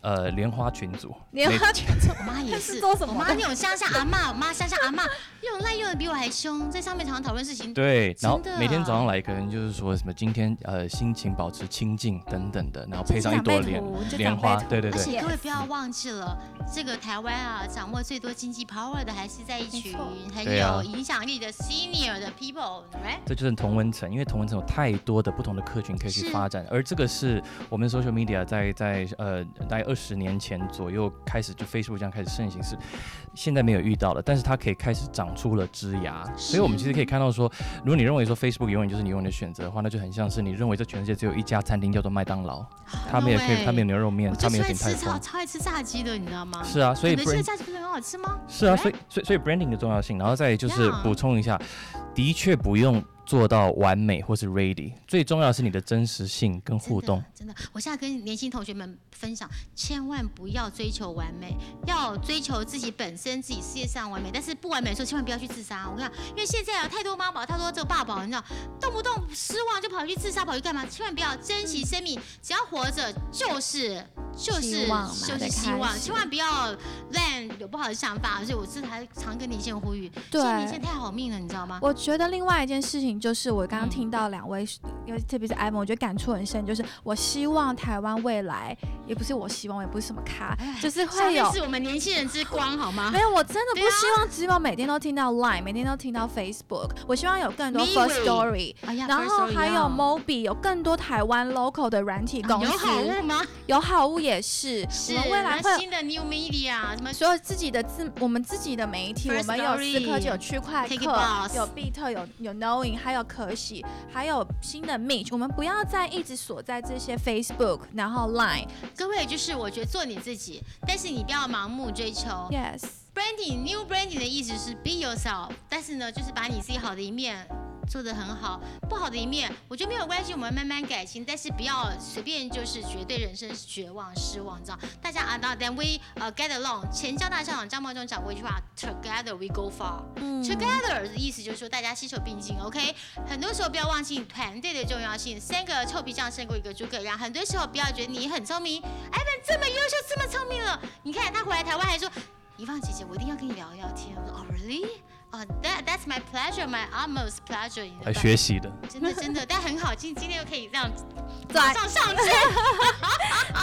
[SPEAKER 4] 呃莲花群组，
[SPEAKER 1] 莲
[SPEAKER 4] 每
[SPEAKER 1] 花群
[SPEAKER 2] 我妈也是。
[SPEAKER 1] 是做什么
[SPEAKER 2] 我妈那种乡下阿嬷，我妈乡下阿嬷 [LAUGHS] 用赖用的比我还凶，在上面常常讨论事情。
[SPEAKER 4] [LAUGHS] 对，然后
[SPEAKER 2] 真的啊
[SPEAKER 4] 每天早上来，可能就是说什么今天呃心情保持清静等等的，然后
[SPEAKER 1] 这
[SPEAKER 4] 配
[SPEAKER 1] 是
[SPEAKER 4] 上一
[SPEAKER 1] 长
[SPEAKER 4] 朵
[SPEAKER 1] 辈
[SPEAKER 4] 莲
[SPEAKER 1] 图，这
[SPEAKER 4] 莲
[SPEAKER 1] 长辈
[SPEAKER 4] 花，
[SPEAKER 1] 图
[SPEAKER 4] 对对对
[SPEAKER 1] 而。且
[SPEAKER 2] 各位不要忘记了，这个台湾啊，掌握最多经济 power 的还是在一群
[SPEAKER 1] 没错
[SPEAKER 2] 很
[SPEAKER 4] 对
[SPEAKER 2] 有
[SPEAKER 4] 啊
[SPEAKER 2] 影响力的 senior 的 people，right？
[SPEAKER 4] 这就是同温层，因为同温层有太多的不同的客群可以去
[SPEAKER 2] 是
[SPEAKER 4] 发展，而这个是我们 social media 在在呃大概二十年前左右开始就 Facebook 这样开始盛行，是现在没有遇到了，但是它可以开始长出了枝芽，所以我们其实可以看到说，如果你认为说 Facebook 永远就是你永远的选择的话，那就很像是你认为这全世界只有一家餐厅叫做麦当劳，他们也可以，他们有牛肉面
[SPEAKER 2] 啊欸我，
[SPEAKER 4] 他
[SPEAKER 2] 最
[SPEAKER 4] 们
[SPEAKER 2] 喜
[SPEAKER 4] 有
[SPEAKER 2] 欢
[SPEAKER 4] 鼎泰
[SPEAKER 2] 吃超
[SPEAKER 4] 丰，
[SPEAKER 2] 超爱吃炸鸡的，你知道吗？
[SPEAKER 4] 是啊，所以
[SPEAKER 2] 你们现
[SPEAKER 4] brand-
[SPEAKER 2] 在炸鸡不是很好吃吗？
[SPEAKER 4] 是啊，
[SPEAKER 2] Right？
[SPEAKER 4] 所以所以所以 branding 的重要性，然后再就是
[SPEAKER 2] Yeah
[SPEAKER 4] 补充一啊下，的确不用做到完美或是 ready，最重要的是你的真实性跟互动。
[SPEAKER 2] 真的，真的，我现在跟年轻同学们分享，千万不要追求完美，要追求自己本身自己事业上完美。但是不完美的时候，千万不要去自杀。我跟你讲，因为现在啊，太多妈宝，太多这个爸宝，你知道，动不动失望就跑去自杀，跑去干嘛？千万不要珍惜生命，只要活着就是就是
[SPEAKER 1] 希望嘛
[SPEAKER 2] 就
[SPEAKER 1] 在
[SPEAKER 2] 是希
[SPEAKER 1] 开
[SPEAKER 2] 望，
[SPEAKER 1] 始
[SPEAKER 2] 千万不要乱有不好的想法。所以我这还常跟年轻人呼吁，现在年轻人太好命了，你知道吗？
[SPEAKER 1] 我觉得另外一件事情就是，我刚刚
[SPEAKER 2] 嗯
[SPEAKER 1] 听到两位，尤其特别是艾文，我觉得感触很深，就是我希望台湾未来，也不是我希望，也不是什么咖，
[SPEAKER 2] 哎
[SPEAKER 1] 就是
[SPEAKER 2] 下
[SPEAKER 1] 会
[SPEAKER 2] 面
[SPEAKER 1] 有。
[SPEAKER 2] 是我们年轻人之光，好吗
[SPEAKER 1] 没？有，我真的
[SPEAKER 2] 对
[SPEAKER 1] 不
[SPEAKER 2] 啊
[SPEAKER 1] 希望只有每天都听到 Line，每天都听到 Facebook，我希望有更多
[SPEAKER 2] Me
[SPEAKER 1] First
[SPEAKER 2] way
[SPEAKER 1] Story，
[SPEAKER 2] 哎呀
[SPEAKER 1] 然后
[SPEAKER 2] first story
[SPEAKER 1] 还有
[SPEAKER 2] 啊
[SPEAKER 1] Mobi，有更多台湾 local 的软体公司，
[SPEAKER 2] 有好物吗？
[SPEAKER 1] 有好物也是，
[SPEAKER 2] 啊是
[SPEAKER 1] 我们未来
[SPEAKER 2] 那
[SPEAKER 1] 会
[SPEAKER 2] 新的 new media 什么
[SPEAKER 1] 所有自己的自，我们自己的媒体，
[SPEAKER 2] First
[SPEAKER 1] 我们有
[SPEAKER 2] Story，
[SPEAKER 1] 思科技，有区块
[SPEAKER 2] Take it
[SPEAKER 1] 客，
[SPEAKER 2] boss
[SPEAKER 1] 有比特，有有 Knowing，还有可喜，还有新的 Mitch。我们不要再一直锁在这些 Facebook，然后 Line。
[SPEAKER 2] 各位就是我觉得做你自己，但是你不要盲目追求。
[SPEAKER 1] Yes，
[SPEAKER 2] branding new branding 的意思是 be yourself，但是呢，就是把你自己好的一面。做得很好，不好的一面，我觉得没有关系，我们慢慢改进，但是不要随便就是觉得对人生绝望失望，你知道？大家啊，那 then we 呃、get along。前交大校长张茂忠讲过一句话，together we go far。
[SPEAKER 1] 嗯
[SPEAKER 2] Together 的意思就是说大家携手并进，OK。很多时候不要忘记团队的重要性，三个臭皮匠胜过一个诸葛亮。很多时候不要觉得你很聪明，艾文这么优秀，这么聪明了，你看他回来台湾还说，怡芳姐姐，我一定要跟你聊一聊天。我说哦，really？哦、t h a t that's my pleasure, my utmost pleasure。你知道
[SPEAKER 4] 来
[SPEAKER 2] 吧
[SPEAKER 4] 学习的，
[SPEAKER 2] 真的真的，但很好，今今天又可以这样
[SPEAKER 1] 对
[SPEAKER 2] 马上上去。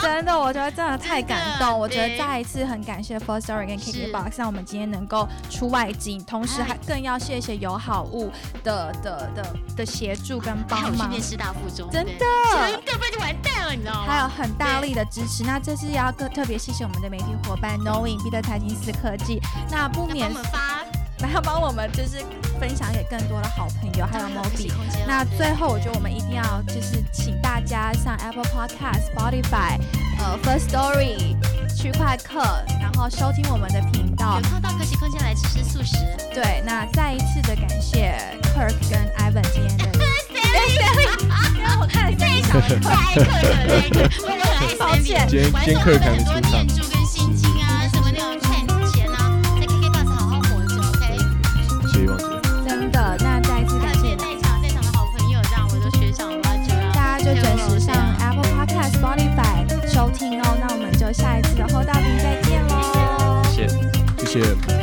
[SPEAKER 2] [LAUGHS]
[SPEAKER 1] 真的，我觉得真的太感动。我觉得
[SPEAKER 2] 啊对
[SPEAKER 1] 再一次很感谢 First Story 跟
[SPEAKER 2] 是哎
[SPEAKER 1] KKBox，让我们今天能够出外景，同时还更要谢谢有好物的的的的协助跟
[SPEAKER 2] 还好
[SPEAKER 1] 帮
[SPEAKER 2] 我去
[SPEAKER 1] 忙
[SPEAKER 2] 念。师大附中，
[SPEAKER 1] 真
[SPEAKER 2] 对
[SPEAKER 1] 的
[SPEAKER 2] 对不然就完蛋了，你知道吗？
[SPEAKER 1] 还有很大力的支持。那这次也要更特别谢谢我们的媒体伙伴 Knowing 必得财经四科技，那不
[SPEAKER 2] 要帮
[SPEAKER 1] 免
[SPEAKER 2] 我们发，
[SPEAKER 1] 还要帮我们就是分享给更多的好朋友，还有
[SPEAKER 2] 当然有学习
[SPEAKER 1] Mobi。
[SPEAKER 2] 空间了
[SPEAKER 1] 那
[SPEAKER 2] 对
[SPEAKER 1] 最后，我觉得我们一定要就是请大家上 Apple Podcast、Spotify、呃 First Story、区块客，然后收听我们的频道
[SPEAKER 2] 有。空到可喜空间来吃吃素食。
[SPEAKER 1] 对，那再一次的感谢 Kirk 跟 Ivan 今天的。因为我看了这一场
[SPEAKER 2] 下一刻的那一刻，我也很
[SPEAKER 1] 抱
[SPEAKER 2] 爱 Stanley
[SPEAKER 1] 歉。
[SPEAKER 3] 今天
[SPEAKER 2] 我还
[SPEAKER 3] 今
[SPEAKER 2] 送他
[SPEAKER 3] 天课
[SPEAKER 2] 们
[SPEAKER 3] 赶
[SPEAKER 2] 很
[SPEAKER 3] 得
[SPEAKER 2] 多
[SPEAKER 3] 出场
[SPEAKER 2] 念。珠跟心经啊，什么那种赚钱啊，在 KK Bus 好好活着，OK。
[SPEAKER 3] 谢谢王姐。
[SPEAKER 1] [LAUGHS] 真的，那再一次
[SPEAKER 2] 还
[SPEAKER 1] 感
[SPEAKER 2] 有
[SPEAKER 1] 谢
[SPEAKER 2] 些在场在场的好朋友，让我都学长挖掘啊。
[SPEAKER 1] 大家就准时上
[SPEAKER 2] 啊。
[SPEAKER 1] Apple Podcast、Spotify 收听哦。那我们就下一次的后大饼再见喽。
[SPEAKER 4] 谢谢。
[SPEAKER 3] 谢谢。